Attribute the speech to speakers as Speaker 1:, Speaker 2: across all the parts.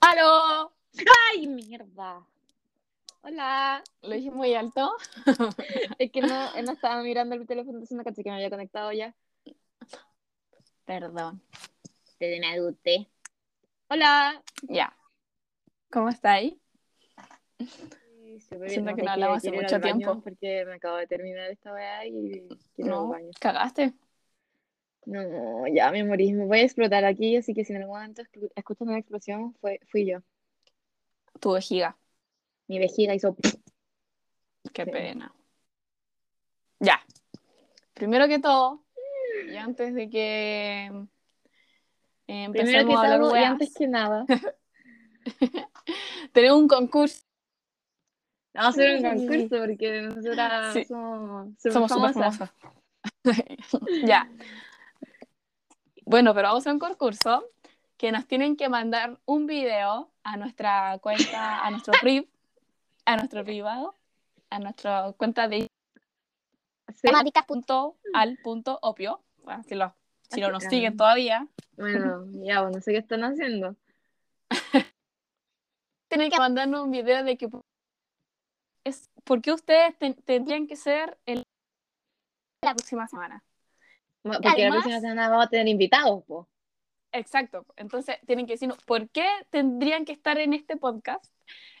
Speaker 1: ¡Claro! ¡Ay, mierda! Hola.
Speaker 2: Lo dije muy alto.
Speaker 1: Es que no, no estaba mirando el teléfono, entonces no caché que me había conectado ya.
Speaker 2: Perdón.
Speaker 1: Desde Nadute. Hola.
Speaker 2: Ya. ¿Cómo estáis?
Speaker 1: Súper bien,
Speaker 2: Siento que no
Speaker 1: no sé qué,
Speaker 2: hablamos hace
Speaker 1: quiero ir
Speaker 2: mucho
Speaker 1: al baño
Speaker 2: tiempo.
Speaker 1: Porque me acabo de terminar esta weá y quiero ir al
Speaker 2: No,
Speaker 1: baño.
Speaker 2: cagaste.
Speaker 1: No, ya me morí, me voy a explotar aquí, así que si en algún momento escu- escuchan una explosión, fue, fui yo.
Speaker 2: Tu vejiga.
Speaker 1: Mi vejiga hizo...
Speaker 2: Qué
Speaker 1: Sí.
Speaker 2: pena. Ya. Primero que todo, y antes de que eh,
Speaker 1: Primero que
Speaker 2: empecemos a hablar
Speaker 1: todo y
Speaker 2: weas,
Speaker 1: antes que nada.
Speaker 2: tenemos un concurso.
Speaker 1: Vamos a hacer un
Speaker 2: Sí.
Speaker 1: concurso porque nosotras
Speaker 2: Sí.
Speaker 1: somos súper
Speaker 2: Somos súper
Speaker 1: famosas.
Speaker 2: famosas. ya. Bueno, pero vamos a un concurso que nos tienen que mandar un video a nuestra cuenta, a nuestro RIP, a nuestro privado, a nuestra cuenta de
Speaker 1: Sí.
Speaker 2: temáticas.al.opio. Bueno, si, lo- si no nos
Speaker 1: Ah.
Speaker 2: siguen todavía,
Speaker 1: Bueno, ya, bueno, no sé qué están haciendo.
Speaker 2: tienen que mandarnos un video de que es porque ustedes ten- tendrían que ser el la próxima semana.
Speaker 1: Bueno, Porque la
Speaker 2: Además-
Speaker 1: próxima semana vamos a tener invitados, po.
Speaker 2: Exacto. Entonces tienen que decirnos por qué tendrían que estar en este podcast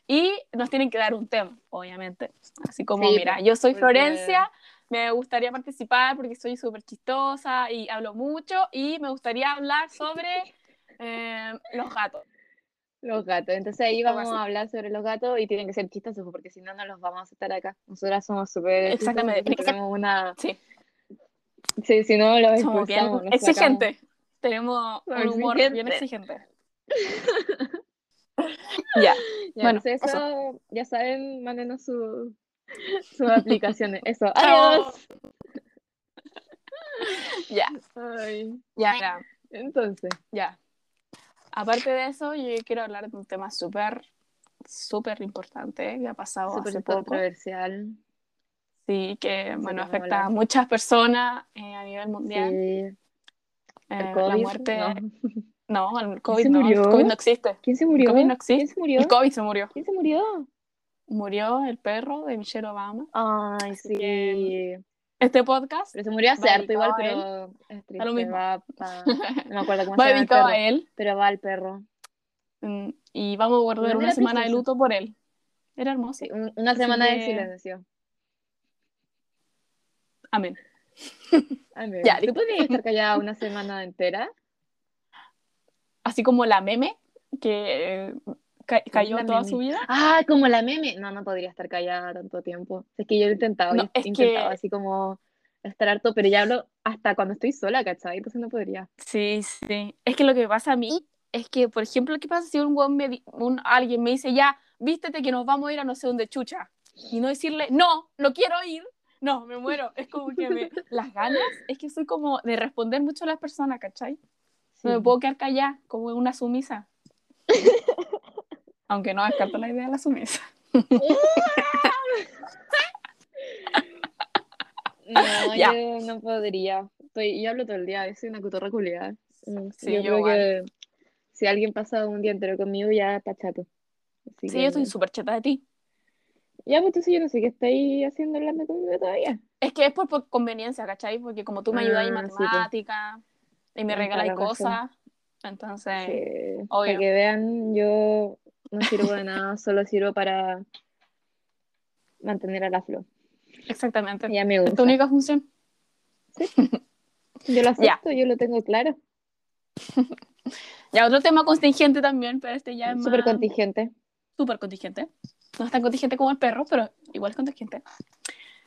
Speaker 2: y nos tienen que dar un tema, obviamente. Así como,
Speaker 1: Sí,
Speaker 2: mira,
Speaker 1: pues,
Speaker 2: yo soy
Speaker 1: porque-
Speaker 2: Florencia, me gustaría participar porque soy súper chistosa y hablo mucho y me gustaría hablar sobre eh, los gatos.
Speaker 1: Los gatos. Entonces ahí
Speaker 2: Algo
Speaker 1: vamos
Speaker 2: así.
Speaker 1: a hablar sobre los gatos y tienen que ser chistosos porque si no, no los vamos a aceptar acá. Nosotras somos súper chistosas,
Speaker 2: Exactamente, tiene que ser-
Speaker 1: tenemos una...
Speaker 2: Sí.
Speaker 1: Sí, si no, los
Speaker 2: Somos bien
Speaker 1: expulsamos, los sacamos.
Speaker 2: exigentes. Tenemos un humor bien exigente. ya.
Speaker 1: Ya,
Speaker 2: Bueno,
Speaker 1: entonces
Speaker 2: eso.
Speaker 1: eso, ya saben, mándenos su- sus aplicaciones. Eso,
Speaker 2: Chao.
Speaker 1: adiós.
Speaker 2: Ya,
Speaker 1: Ay,
Speaker 2: ya, mira,
Speaker 1: entonces,
Speaker 2: ya. Aparte de eso, yo quiero hablar de un tema súper, súper importante que ha pasado hace
Speaker 1: súper
Speaker 2: poco.
Speaker 1: controversial.
Speaker 2: Sí, que bueno,
Speaker 1: vamos a
Speaker 2: afecta a
Speaker 1: hablar.
Speaker 2: muchas personas eh, a nivel mundial.
Speaker 1: Sí,
Speaker 2: Eh,
Speaker 1: el
Speaker 2: la
Speaker 1: COVID,
Speaker 2: muerte.
Speaker 1: no.
Speaker 2: No, el COVID
Speaker 1: se
Speaker 2: no.
Speaker 1: murió?
Speaker 2: El COVID no existe.
Speaker 1: ¿Quién se murió?
Speaker 2: COVID no existe.
Speaker 1: ¿Quién se murió?
Speaker 2: El COVID se murió.
Speaker 1: ¿Quién se murió?
Speaker 2: Murió el perro de Michelle Obama.
Speaker 1: Ay, sí.
Speaker 2: que- Este podcast
Speaker 1: Pero se murió hace
Speaker 2: Va
Speaker 1: harto igual,
Speaker 2: dedicado
Speaker 1: pero es triste.
Speaker 2: lo mismo.
Speaker 1: Va pa- No me acuerdo cómo
Speaker 2: va
Speaker 1: se llama el perro,
Speaker 2: dedicado a él.
Speaker 1: pero va al perro.
Speaker 2: Mm, y vamos a guardar
Speaker 1: Igual
Speaker 2: una
Speaker 1: era
Speaker 2: semana de
Speaker 1: precioso.
Speaker 2: luto por él. Era hermoso.
Speaker 1: Sí, un- una semana de
Speaker 2: que-
Speaker 1: silencio.
Speaker 2: Amén.
Speaker 1: Amigo,
Speaker 2: Ya,
Speaker 1: ¿Tú
Speaker 2: disculpa.
Speaker 1: podías estar callada una semana entera?
Speaker 2: Así como la meme que eh, ca- cayó
Speaker 1: La
Speaker 2: toda
Speaker 1: meme.
Speaker 2: su vida.
Speaker 1: Ah, como la meme. No, no podría estar callada tanto tiempo. Es que yo lo he intentado,
Speaker 2: No,
Speaker 1: yo
Speaker 2: es
Speaker 1: he intentado
Speaker 2: que-
Speaker 1: así como estar harto, pero ya hablo hasta cuando estoy sola, ¿cachai? Entonces no podría.
Speaker 2: Sí, sí. Es que lo que pasa a mí es que, por ejemplo, ¿qué pasa si un, weón me di- un- alguien me dice, ya, vístete que nos vamos a ir a no sé dónde chucha? Y no decirle, no, no quiero ir. No, me muero. Es como que me- las ganas, es que soy como de responder mucho a las personas, ¿cachai? No me
Speaker 1: Sí.
Speaker 2: puedo quedar callada como una sumisa. Aunque no descarto la idea de la sumisa.
Speaker 1: No,
Speaker 2: Ya.
Speaker 1: yo no podría. Estoy, yo hablo todo el día, yo soy una cotorra culiada. Mm,
Speaker 2: Sí,
Speaker 1: yo
Speaker 2: yo
Speaker 1: creo que si alguien pasa un día entero conmigo ya está chato. Así
Speaker 2: Sí,
Speaker 1: que-
Speaker 2: yo estoy súper chata de ti.
Speaker 1: Ya, pues entonces yo no sé qué estáis haciendo hablando conmigo todavía.
Speaker 2: Es que es por, por conveniencia, ¿cachai? Porque como tú me ayudas en
Speaker 1: Ah, sí, pues.
Speaker 2: matemática y me
Speaker 1: Tienes
Speaker 2: regalas
Speaker 1: toda la razón.
Speaker 2: cosas, entonces...
Speaker 1: Sí,
Speaker 2: obvio.
Speaker 1: Eh, Para que vean, yo no sirvo de nada, solo sirvo para mantener a la flor.
Speaker 2: Exactamente.
Speaker 1: Ya me
Speaker 2: Es tu
Speaker 1: gusta.
Speaker 2: única función.
Speaker 1: Yo lo
Speaker 2: Ya.
Speaker 1: acepto, yo lo tengo claro.
Speaker 2: Ya, otro tema contingente también, pero este ya es
Speaker 1: Súper
Speaker 2: más
Speaker 1: contingente.
Speaker 2: súper contingente. No es tan contingente como el perro, pero igual es contingente.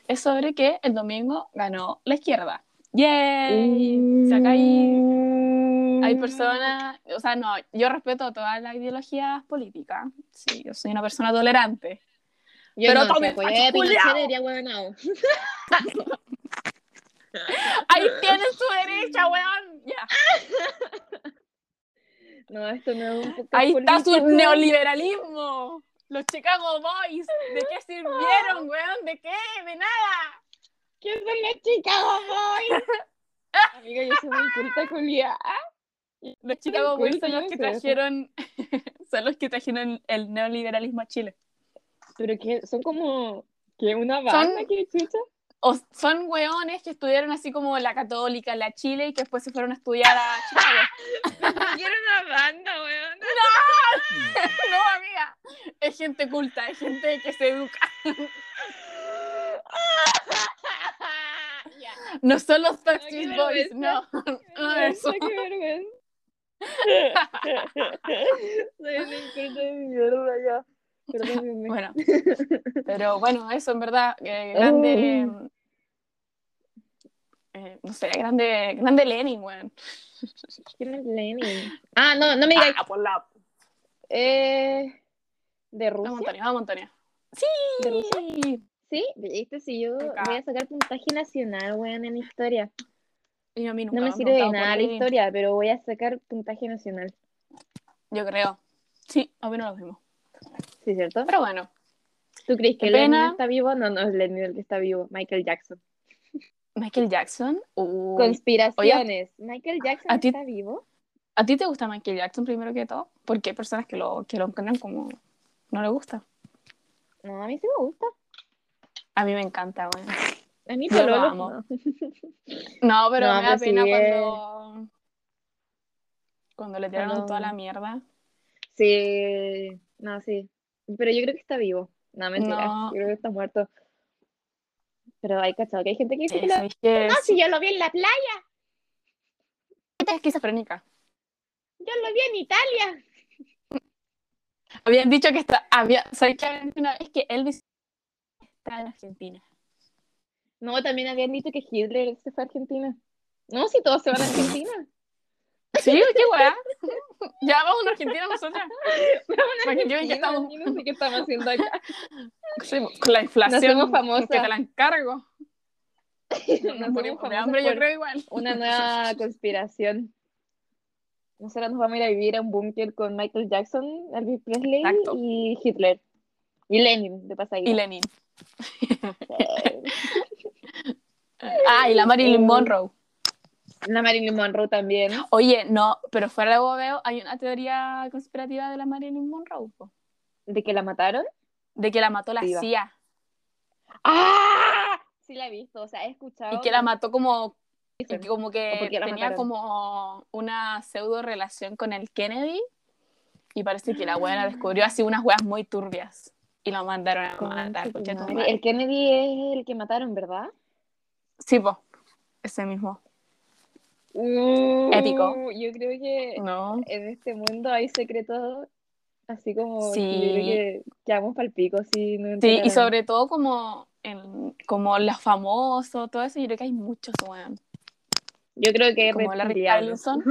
Speaker 2: Es sobre que el domingo ganó la izquierda. ¡Yay! O sea, acá hay, hay
Speaker 1: Mm.
Speaker 2: personas, o sea, no, yo respeto todas las ideologías políticas. Sí, yo soy una persona tolerante.
Speaker 1: Yo
Speaker 2: Pero
Speaker 1: no, si
Speaker 2: tome,
Speaker 1: apoyé
Speaker 2: macho
Speaker 1: a Pinochet,
Speaker 2: culiao.
Speaker 1: diría huevonao.
Speaker 2: Ahí tienes tu derecha, weón. Ya.
Speaker 1: No, esto no es un podcast
Speaker 2: Ahí está su
Speaker 1: político.
Speaker 2: neoliberalismo. Los Chicago Boys. ¿De qué sirvieron, weón? ¿De qué? De nada.
Speaker 1: ¿Quién son los Chicago Boys? Amiga, yo soy muy culta, Julia.
Speaker 2: Los Chicago Boys
Speaker 1: culto,
Speaker 2: son
Speaker 1: yo
Speaker 2: los
Speaker 1: no
Speaker 2: que
Speaker 1: sé eso.
Speaker 2: trajeron. son los que trajeron el neoliberalismo a Chile.
Speaker 1: Pero que son como que una banda
Speaker 2: Son-
Speaker 1: que chucha.
Speaker 2: O son hueones que estudiaron así como la católica, la Chile y que después se fueron a estudiar a Chicago.
Speaker 1: Quiero una banda, weón.
Speaker 2: No,
Speaker 1: Oh,
Speaker 2: amiga. Es gente culta, es gente que se educa. Ah, No son los Backstreet
Speaker 1: Ay, qué
Speaker 2: Boys, no.
Speaker 1: vergüenza.
Speaker 2: No, eso.
Speaker 1: qué vergüenza. Soy una inculta de mierda ya. Perdónenme.
Speaker 2: Bueno, pero bueno, eso en verdad, eh, grande. eh, no sé, grande, grande Lenin, weón.
Speaker 1: ¿Quién es Lenin? Ah, no, no me digas.
Speaker 2: Ah, por la.
Speaker 1: Eh, ¿De
Speaker 2: Vamos,
Speaker 1: Rusia?
Speaker 2: Antonia, vamos, Antonia.
Speaker 1: ¿De Rusia?
Speaker 2: Sí.
Speaker 1: Sí, viste, si yo
Speaker 2: Acá.
Speaker 1: voy a sacar puntaje nacional, weón, en historia.
Speaker 2: Y a mí nunca
Speaker 1: No me
Speaker 2: han
Speaker 1: sirve de
Speaker 2: preguntado
Speaker 1: nada
Speaker 2: por
Speaker 1: la
Speaker 2: Lenin.
Speaker 1: historia, pero voy a sacar puntaje nacional.
Speaker 2: Yo creo. Sí, a mí no lo vimos.
Speaker 1: ¿Sí, cierto?
Speaker 2: Pero bueno,
Speaker 1: ¿Tú crees que
Speaker 2: Qué
Speaker 1: Lenin
Speaker 2: pena.
Speaker 1: está vivo? No, no es Lenin el que está vivo, Michael Jackson.
Speaker 2: Michael Jackson. uy.
Speaker 1: Pues- Conspiraciones. ¿Michael Jackson
Speaker 2: ¿a ti-
Speaker 1: está vivo?
Speaker 2: ¿A ti te gusta Michael Jackson primero que todo? Porque hay personas que lo, que lo encuentran como. No le gusta.
Speaker 1: No, a mí sí me gusta.
Speaker 2: A mí me encanta, weón.
Speaker 1: A mí
Speaker 2: Yo
Speaker 1: por
Speaker 2: lo
Speaker 1: lo
Speaker 2: amo. No, pero
Speaker 1: No,
Speaker 2: me da
Speaker 1: pero sí eh.
Speaker 2: pena
Speaker 1: es-
Speaker 2: cuando. Cuando le tiraron
Speaker 1: Cuando-
Speaker 2: toda la mierda.
Speaker 1: Sí, no, sí. Pero yo creo que está vivo. No, mentira.
Speaker 2: No.
Speaker 1: Yo creo que está muerto. Pero hay cachado que hay gente que dice
Speaker 2: Sí,
Speaker 1: que lo...
Speaker 2: Eh,
Speaker 1: Ah,
Speaker 2: ¿sabes qué?
Speaker 1: No, si yo lo vi en la playa,
Speaker 2: es esquizofrénica.
Speaker 1: yo lo vi en Italia.
Speaker 2: Habían dicho que está. Había... ¿Sabes qué? Habían dicho Una vez que Elvis está en Argentina.
Speaker 1: No, también habían dicho que Hitler se fue a Argentina. No, si todos se van a Argentina.
Speaker 2: Sí, qué weá. ya vamos a Argentina nosotras. Para que yo que
Speaker 1: Argentina,
Speaker 2: estamos
Speaker 1: yo no sé qué estamos haciendo acá.
Speaker 2: sí, con la inflación.
Speaker 1: Nos hacemos famosas.
Speaker 2: Que te la encargo.
Speaker 1: Nos
Speaker 2: Nos morimos
Speaker 1: vamos
Speaker 2: de
Speaker 1: famosas
Speaker 2: hambre,
Speaker 1: por
Speaker 2: yo creo igual.
Speaker 1: Una nueva conspiración. Nosotros nos vamos a ir a vivir a un búnker con Michael Jackson, Elvis Presley
Speaker 2: Exacto.
Speaker 1: y Hitler. Y Lenin, de pasadita.
Speaker 2: Y Lenin. Ah, y la Marilyn Monroe.
Speaker 1: La Marilyn Monroe también.
Speaker 2: Oye, no, pero fuera de bobeo hay una teoría conspirativa de la Marilyn Monroe, po.
Speaker 1: ¿De que la mataron?
Speaker 2: de que la mató la
Speaker 1: Viva.
Speaker 2: CIA
Speaker 1: ¡Ah! Sí la he visto, o sea, he escuchado.
Speaker 2: y que la mató como,
Speaker 1: Dicen.
Speaker 2: que como
Speaker 1: ¿O
Speaker 2: que
Speaker 1: por qué la
Speaker 2: tenía
Speaker 1: mataron?
Speaker 2: como una pseudo relación con el Kennedy y parece que la
Speaker 1: Ah.
Speaker 2: buena descubrió así unas weas muy turbias y la mandaron a matar.
Speaker 1: Conche
Speaker 2: concha
Speaker 1: tu
Speaker 2: tu
Speaker 1: madre.
Speaker 2: madre.
Speaker 1: El Kennedy es el que mataron, ¿verdad?
Speaker 2: Sí, po, ese mismo. Épico.
Speaker 1: Uh, Yo creo que
Speaker 2: No.
Speaker 1: en este mundo hay secretos así como
Speaker 2: Sí.
Speaker 1: que yo creo que quedamos pal pico si no
Speaker 2: Sí, y
Speaker 1: enterarnos.
Speaker 2: sobre todo como, en- como los famosos, todo eso, yo creo que hay muchos, weón.
Speaker 1: Yo creo que es
Speaker 2: Como la Rick
Speaker 1: reptiliano.
Speaker 2: Carlson.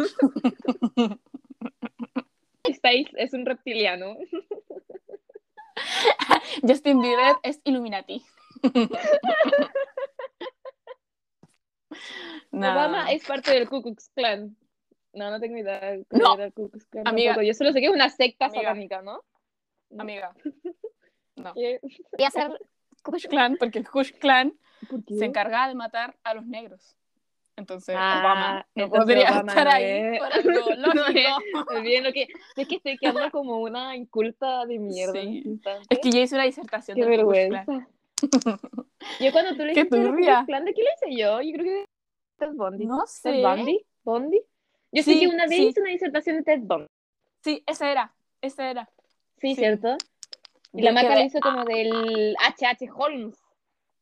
Speaker 1: Styles es un reptiliano.
Speaker 2: Justin Bieber es Illuminati. No.
Speaker 1: Obama es parte del Ku Klux Klan. No, no tengo idea de
Speaker 2: No.
Speaker 1: era el Ku Klux Klan
Speaker 2: Amiga.
Speaker 1: tampoco. Yo solo sé que es una secta
Speaker 2: Amiga.
Speaker 1: satánica, ¿no?
Speaker 2: Amiga,
Speaker 1: Que-
Speaker 2: voy a hacer Kush Clan porque el Kush Clan
Speaker 1: ¿Por qué?
Speaker 2: se encargaba de matar a los negros. Entonces,
Speaker 1: Ah,
Speaker 2: Obama no
Speaker 1: entonces
Speaker 2: podría
Speaker 1: Obama
Speaker 2: estar
Speaker 1: no
Speaker 2: ahí
Speaker 1: es.
Speaker 2: por algo
Speaker 1: No
Speaker 2: lógico.
Speaker 1: Olviden lo que. Es que estoy quedando como una inculta de mierda.
Speaker 2: Sí.
Speaker 1: en este instante.
Speaker 2: Es que yo hice una disertación
Speaker 1: Qué
Speaker 2: del Ku Klux
Speaker 1: vergüenza.
Speaker 2: Klan.
Speaker 1: Yo cuando tú le
Speaker 2: Qué
Speaker 1: dijiste el Ku
Speaker 2: turbia.
Speaker 1: Klux Klan, ¿de qué le hice yo? Yo creo que de Ted Bundy.
Speaker 2: No
Speaker 1: ¿Ted
Speaker 2: sé.
Speaker 1: Bundy? ¿Bundy? Yo sé
Speaker 2: Sí,
Speaker 1: que una vez
Speaker 2: sí.
Speaker 1: hice una disertación de Ted Bundy.
Speaker 2: Sí, esa era. Esa era. Sí.
Speaker 1: Sí, ¿cierto? Y
Speaker 2: Yo
Speaker 1: la maca
Speaker 2: quedé,
Speaker 1: la hizo como del H.H. Holmes.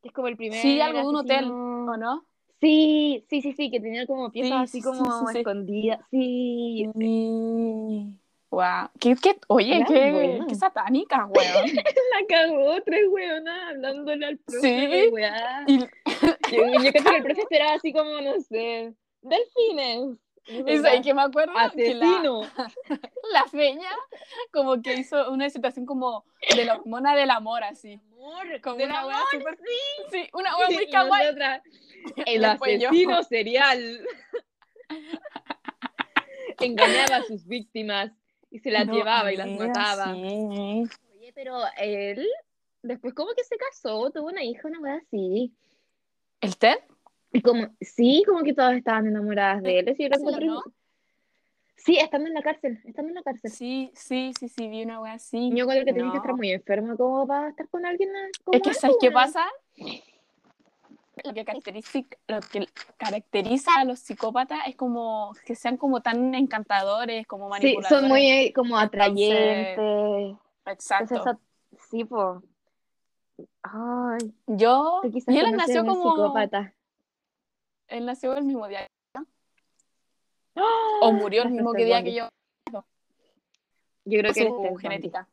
Speaker 1: Que es como el primer.
Speaker 2: Sí, algo de un hotel,
Speaker 1: asesino.
Speaker 2: ¿o no?
Speaker 1: Sí, sí, sí, sí, que tenía como piezas
Speaker 2: Sí,
Speaker 1: así
Speaker 2: sí, sí,
Speaker 1: como
Speaker 2: sí, sí.
Speaker 1: escondidas. Sí, Mm.
Speaker 2: Sí. Wow. ¿Qué, qué- oye,
Speaker 1: Gran
Speaker 2: qué,
Speaker 1: buena.
Speaker 2: qué satánica, weón.
Speaker 1: La cagó, tres weonas hablándole al profe.
Speaker 2: Sí.
Speaker 1: de weá.
Speaker 2: Y-
Speaker 1: Yo, yo creo que el profe esperaba así como, no sé, delfines.
Speaker 2: Es ahí que me acuerdo que la,
Speaker 1: Asesino.
Speaker 2: la feña como que hizo una situación como de la hormona del amor, así.
Speaker 1: Amor,
Speaker 2: Como
Speaker 1: del
Speaker 2: una
Speaker 1: amor,
Speaker 2: wea súper-
Speaker 1: sí.
Speaker 2: Sí, una wea muy
Speaker 1: Y
Speaker 2: kawaii.
Speaker 1: nosotras, El
Speaker 2: Después yo.
Speaker 1: asesino serial. Engañaba a sus víctimas y se las
Speaker 2: No,
Speaker 1: llevaba y las
Speaker 2: amiga,
Speaker 1: mataba.
Speaker 2: sí.
Speaker 1: Oye, pero él después como que se casó, tuvo una hija, una weá así.
Speaker 2: ¿El Ted?
Speaker 1: Y como, sí, como que todas estaban enamoradas de él. Sí, yo lo
Speaker 2: ¿Se lo
Speaker 1: encuentro-
Speaker 2: no?
Speaker 1: Sí, estando en la cárcel, estando en la cárcel.
Speaker 2: Sí, sí, sí, sí, vi una wea así.
Speaker 1: Yo creo que tenés
Speaker 2: No.
Speaker 1: que estar muy enferma como para estar con alguien como
Speaker 2: Es que,
Speaker 1: eso,
Speaker 2: ¿sabes qué
Speaker 1: weón.
Speaker 2: pasa? Lo que, caracteriza, lo que caracteriza a los psicópatas es como que sean como tan encantadores, como
Speaker 1: Sí,
Speaker 2: manipuladores.
Speaker 1: son muy eh, como
Speaker 2: Entonces,
Speaker 1: atrayentes.
Speaker 2: Exacto.
Speaker 1: Entonces, eso- sí, po. Ay,
Speaker 2: Yo,
Speaker 1: tú quizás
Speaker 2: y él
Speaker 1: conoces a
Speaker 2: nació
Speaker 1: una
Speaker 2: como...
Speaker 1: psicópata.
Speaker 2: Él nació el mismo día.
Speaker 1: Ah,
Speaker 2: O murió el
Speaker 1: La
Speaker 2: mismo
Speaker 1: suerte
Speaker 2: que día
Speaker 1: Bondi.
Speaker 2: que yo.
Speaker 1: Yo creo que eres
Speaker 2: Su
Speaker 1: Ted
Speaker 2: genética.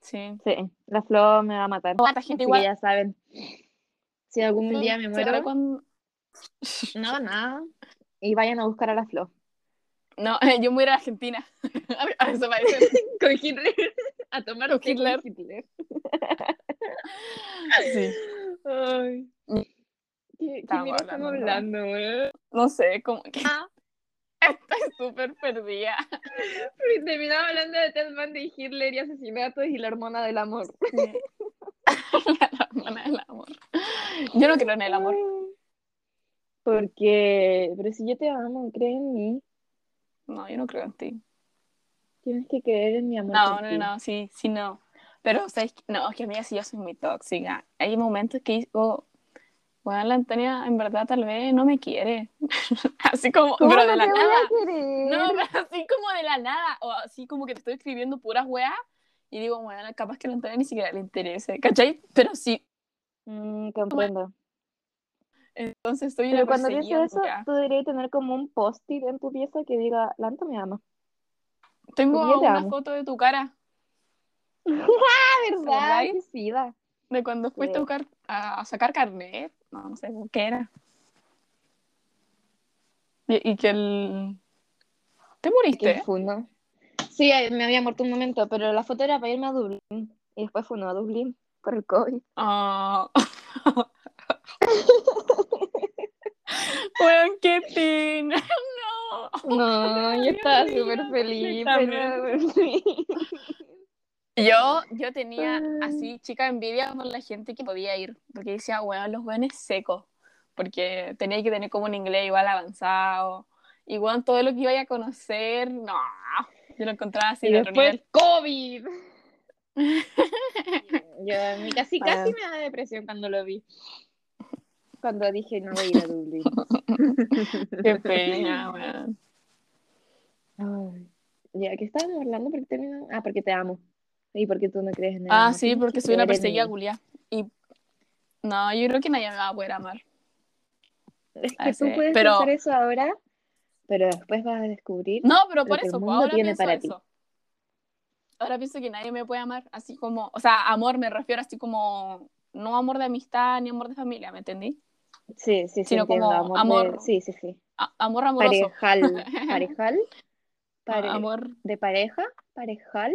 Speaker 2: Sí.
Speaker 1: Bondi. Sí, la flor me va a matar.
Speaker 2: Otra gente
Speaker 1: Así
Speaker 2: igual.
Speaker 1: que ya saben. Si algún día me
Speaker 2: Sí,
Speaker 1: muero,
Speaker 2: ahora cuando-
Speaker 1: no, nada. Y vayan a buscar a la flor.
Speaker 2: No, yo me voy a ir a Argentina. A desaparecer.
Speaker 1: Con Hitler. A tomar
Speaker 2: Con
Speaker 1: té con
Speaker 2: Hitler.
Speaker 1: Hitler.
Speaker 2: Sí.
Speaker 1: Ay. ¿Qué, qué
Speaker 2: Estamos
Speaker 1: mierda estamos
Speaker 2: hablando,
Speaker 1: hablando, weón?
Speaker 2: No sé, como que
Speaker 1: Ah,
Speaker 2: estoy súper perdida.
Speaker 1: pero terminaba hablando de Ted Bundy, Hitler y asesinatos y la hormona del amor.
Speaker 2: La hermana del amor. Yo no creo en el amor.
Speaker 1: Mm. Porque, pero si yo te amo, cree en mí.
Speaker 2: No, yo no creo en ti.
Speaker 1: Tienes que creer en mi amor.
Speaker 2: No,
Speaker 1: por
Speaker 2: no,
Speaker 1: ti.
Speaker 2: no, sí, sí, no. Pero, ¿sabes? qué? No, es que mira, si yo soy muy tóxica. Hay momentos que digo, bueno, la Antonia en verdad tal vez no me quiere. Así como,
Speaker 1: ¿Cómo
Speaker 2: pero
Speaker 1: no
Speaker 2: de la
Speaker 1: te voy a
Speaker 2: nada.
Speaker 1: querer?
Speaker 2: No, pero así como de la nada. O así como que te estoy escribiendo puras weas. Y digo, bueno, capaz que la Antonia ni siquiera le interese. ¿Cachai? Pero sí.
Speaker 1: Mm, comprendo.
Speaker 2: Entonces soy una
Speaker 1: Pero cuando pienses
Speaker 2: perseguida,
Speaker 1: eso,
Speaker 2: loca.
Speaker 1: tú deberías tener como un post-it en tu pieza que diga, Lanto me ama.
Speaker 2: Tengo
Speaker 1: Yo te
Speaker 2: una
Speaker 1: amo.
Speaker 2: foto de tu cara.
Speaker 1: Ah,
Speaker 2: ¿Verdad?
Speaker 1: ¡Qué sida!
Speaker 2: De cuando fuiste
Speaker 1: Sí.
Speaker 2: a, buscar, a, a sacar carnet, no, no sé qué era. Y, y que el... ¿Te
Speaker 1: Qué
Speaker 2: moriste?
Speaker 1: funo. Sí, eh, me había muerto un momento, pero la foto era para irme a Dublín. Y después funó a Dublín por el COVID.
Speaker 2: Ah. Weón, qué pena. No.
Speaker 1: No, yo
Speaker 2: Dios
Speaker 1: estaba
Speaker 2: mío,
Speaker 1: súper
Speaker 2: yo
Speaker 1: feliz, pero... sí.
Speaker 2: Yo, yo tenía
Speaker 1: Ay.
Speaker 2: así chica envidia por la gente que podía ir, porque decía, weón, los weones secos, porque tenía que tener como un inglés igual avanzado, igual todo lo que iba a conocer, no, yo lo encontraba así
Speaker 1: Y
Speaker 2: de otro
Speaker 1: después
Speaker 2: nivel.
Speaker 1: COVID. Yo a mí casi,
Speaker 2: Bueno.
Speaker 1: casi me da depresión cuando lo vi. Cuando dije no voy a ir a Dublín.
Speaker 2: Qué pena, weón.
Speaker 1: Ay. Ya, ¿qué estábamos hablando? ¿Por qué terminamos? Ah, porque te amo. Y porque tú no crees en nada.
Speaker 2: Ah, sí, porque soy una perseguida culia. Y no, yo creo que nadie me va a poder amar.
Speaker 1: Es
Speaker 2: Ah,
Speaker 1: que tú
Speaker 2: sí,
Speaker 1: puedes
Speaker 2: pero-
Speaker 1: pensar eso ahora, pero después vas a descubrir.
Speaker 2: No, pero por
Speaker 1: Lo que el
Speaker 2: eso, pues,
Speaker 1: mundo
Speaker 2: ahora
Speaker 1: tiene
Speaker 2: pienso
Speaker 1: para ti.
Speaker 2: eso. Ahora pienso que nadie me puede amar así como, o sea, amor me refiero así como, no amor de amistad ni amor de familia, ¿me entendí?
Speaker 1: Sí, sí, sí.
Speaker 2: Sino
Speaker 1: entiendo,
Speaker 2: como
Speaker 1: amor. de-
Speaker 2: amor
Speaker 1: Sí, sí, sí.
Speaker 2: A- amor amoroso.
Speaker 1: Parejal. Parejal. pare-
Speaker 2: A- amor,
Speaker 1: De pareja. Parejal.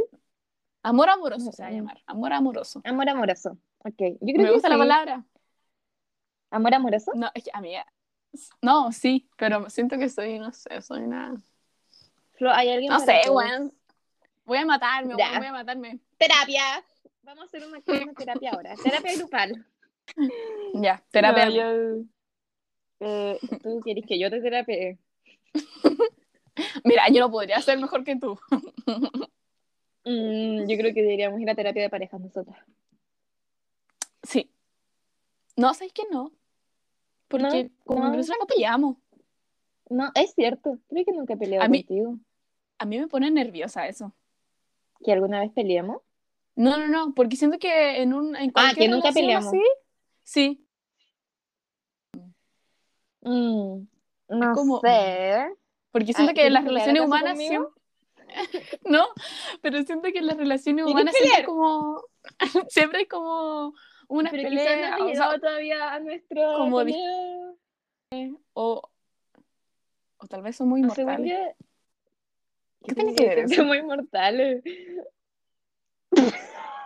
Speaker 2: amor amoroso se va a llamar. Amor amoroso.
Speaker 1: Amor amoroso. Ok. Yo creo
Speaker 2: ¿Me
Speaker 1: que
Speaker 2: gusta la
Speaker 1: sí.
Speaker 2: palabra?
Speaker 1: Amor amoroso.
Speaker 2: No, es que a mí. No, sí, pero siento que soy, no sé, soy una.
Speaker 1: Flo, hay alguien
Speaker 2: No
Speaker 1: para
Speaker 2: sé,
Speaker 1: todo.
Speaker 2: weón. Voy a matarme,
Speaker 1: Ya.
Speaker 2: weón, voy a matarme.
Speaker 1: Terapia. Vamos a hacer una, una terapia ahora. Terapia grupal.
Speaker 2: Ya, terapia.
Speaker 1: No, yo- eh, Tú quieres que yo te terapie.
Speaker 2: Mira, yo no podría ser mejor que tú.
Speaker 1: Mm, yo creo que deberíamos ir a terapia de parejas nosotras.
Speaker 2: Sí. No, ¿sabes que no? Porque como
Speaker 1: no.
Speaker 2: profesora no peleamos.
Speaker 1: No, es cierto. Creo que nunca he peleado
Speaker 2: A mí-
Speaker 1: contigo.
Speaker 2: A mí me pone nerviosa eso.
Speaker 1: ¿Que alguna vez peleamos?
Speaker 2: No, no, no, porque siento que en un en cualquier
Speaker 1: Ah, que nunca
Speaker 2: relación
Speaker 1: peleamos.
Speaker 2: así, sí,
Speaker 1: Mm, no
Speaker 2: Es como-
Speaker 1: sé.
Speaker 2: porque siento
Speaker 1: Ay,
Speaker 2: que en las
Speaker 1: Ah, ¿quieres
Speaker 2: relaciones
Speaker 1: pelear
Speaker 2: humanas
Speaker 1: acaso conmigo?
Speaker 2: siempre- no, pero siento que en las relaciones
Speaker 1: ¿Quieres
Speaker 2: humanas siempre hay
Speaker 1: pelear?
Speaker 2: como siempre hay como unas
Speaker 1: Pero quizás
Speaker 2: peleas
Speaker 1: no hemos
Speaker 2: o, sea,
Speaker 1: llegado todavía a nuestro.
Speaker 2: como di-
Speaker 1: pelea.
Speaker 2: o- o tal vez son muy
Speaker 1: Según
Speaker 2: mortales.
Speaker 1: yo-
Speaker 2: ¿Qué tiene que ver eso?
Speaker 1: Somos inmortales.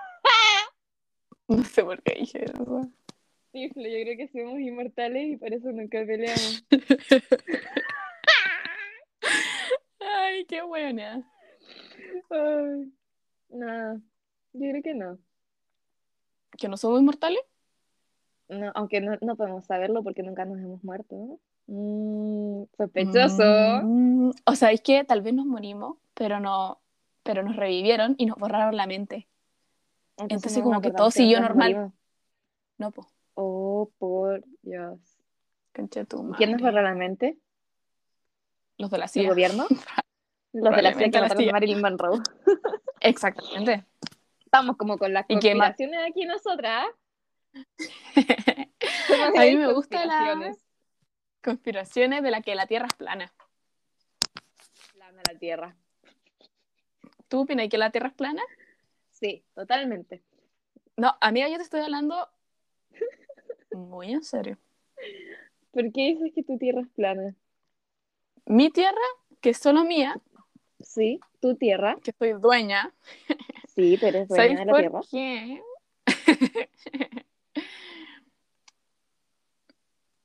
Speaker 2: No sé por qué dije eso.
Speaker 1: Sí, Flo, yo creo que somos inmortales y por eso nunca peleamos.
Speaker 2: Ay, qué buena.
Speaker 1: Ay, no, yo creo que no.
Speaker 2: ¿Que no somos inmortales?
Speaker 1: No, aunque no, no podemos saberlo porque nunca nos hemos muerto. ¿no? Mm, sospechoso.
Speaker 2: Mm, o sea, es que tal vez nos morimos, pero no, pero nos revivieron y nos borraron la mente. Entonces,
Speaker 1: no
Speaker 2: como
Speaker 1: nos
Speaker 2: que
Speaker 1: acordamos
Speaker 2: todo
Speaker 1: que
Speaker 2: siguió
Speaker 1: nos
Speaker 2: normal.
Speaker 1: morimos.
Speaker 2: No, po.
Speaker 1: Oh, por Dios.
Speaker 2: Concha tu
Speaker 1: ¿Y quién nos
Speaker 2: madre.
Speaker 1: borró la mente?
Speaker 2: Los de la
Speaker 1: ¿El
Speaker 2: CIA.
Speaker 1: gobierno? Los de la CIA
Speaker 2: Probablemente
Speaker 1: que
Speaker 2: la
Speaker 1: mataron
Speaker 2: CIA.
Speaker 1: a Marilyn Monroe.
Speaker 2: Exactamente.
Speaker 1: Estamos como con las
Speaker 2: ¿Y qué más?
Speaker 1: conspiraciones aquí nosotras.
Speaker 2: A mí me gusta la conspiraciones de la que la Tierra es plana.
Speaker 1: La de la Tierra.
Speaker 2: ¿Tú opinas que la Tierra es plana?
Speaker 1: Sí, totalmente.
Speaker 2: No, amiga, yo te estoy hablando muy en serio.
Speaker 1: ¿Por qué dices que tu tierra es plana?
Speaker 2: Mi Tierra, que es solo mía,
Speaker 1: Sí, tu tierra.
Speaker 2: que soy dueña,
Speaker 1: Sí, pero es
Speaker 2: ¿Sabes
Speaker 1: dueña de la
Speaker 2: por
Speaker 1: tierra.
Speaker 2: qué?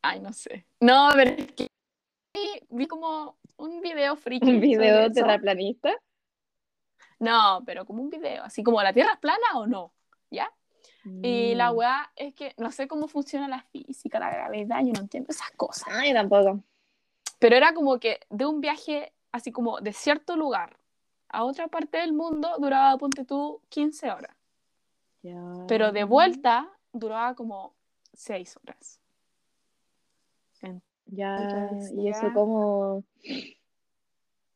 Speaker 2: Ay, no sé. No, pero es que vi como un video friki.
Speaker 1: Un
Speaker 2: sobre
Speaker 1: video
Speaker 2: eso.
Speaker 1: terraplanista.
Speaker 2: No, pero como un video, así como la Tierra es plana o no, ¿ya? Y la
Speaker 1: Mm.
Speaker 2: weá es que no sé cómo funciona la física, la gravedad, yo no entiendo esas cosas.
Speaker 1: Ay, tampoco.
Speaker 2: Pero era como que de un viaje así como de cierto lugar a otra parte del mundo duraba, ponte tú, 15 horas. Pero de vuelta duraba como 6 horas.
Speaker 1: Ya,
Speaker 2: Entonces,
Speaker 1: y eso
Speaker 2: ya.
Speaker 1: como...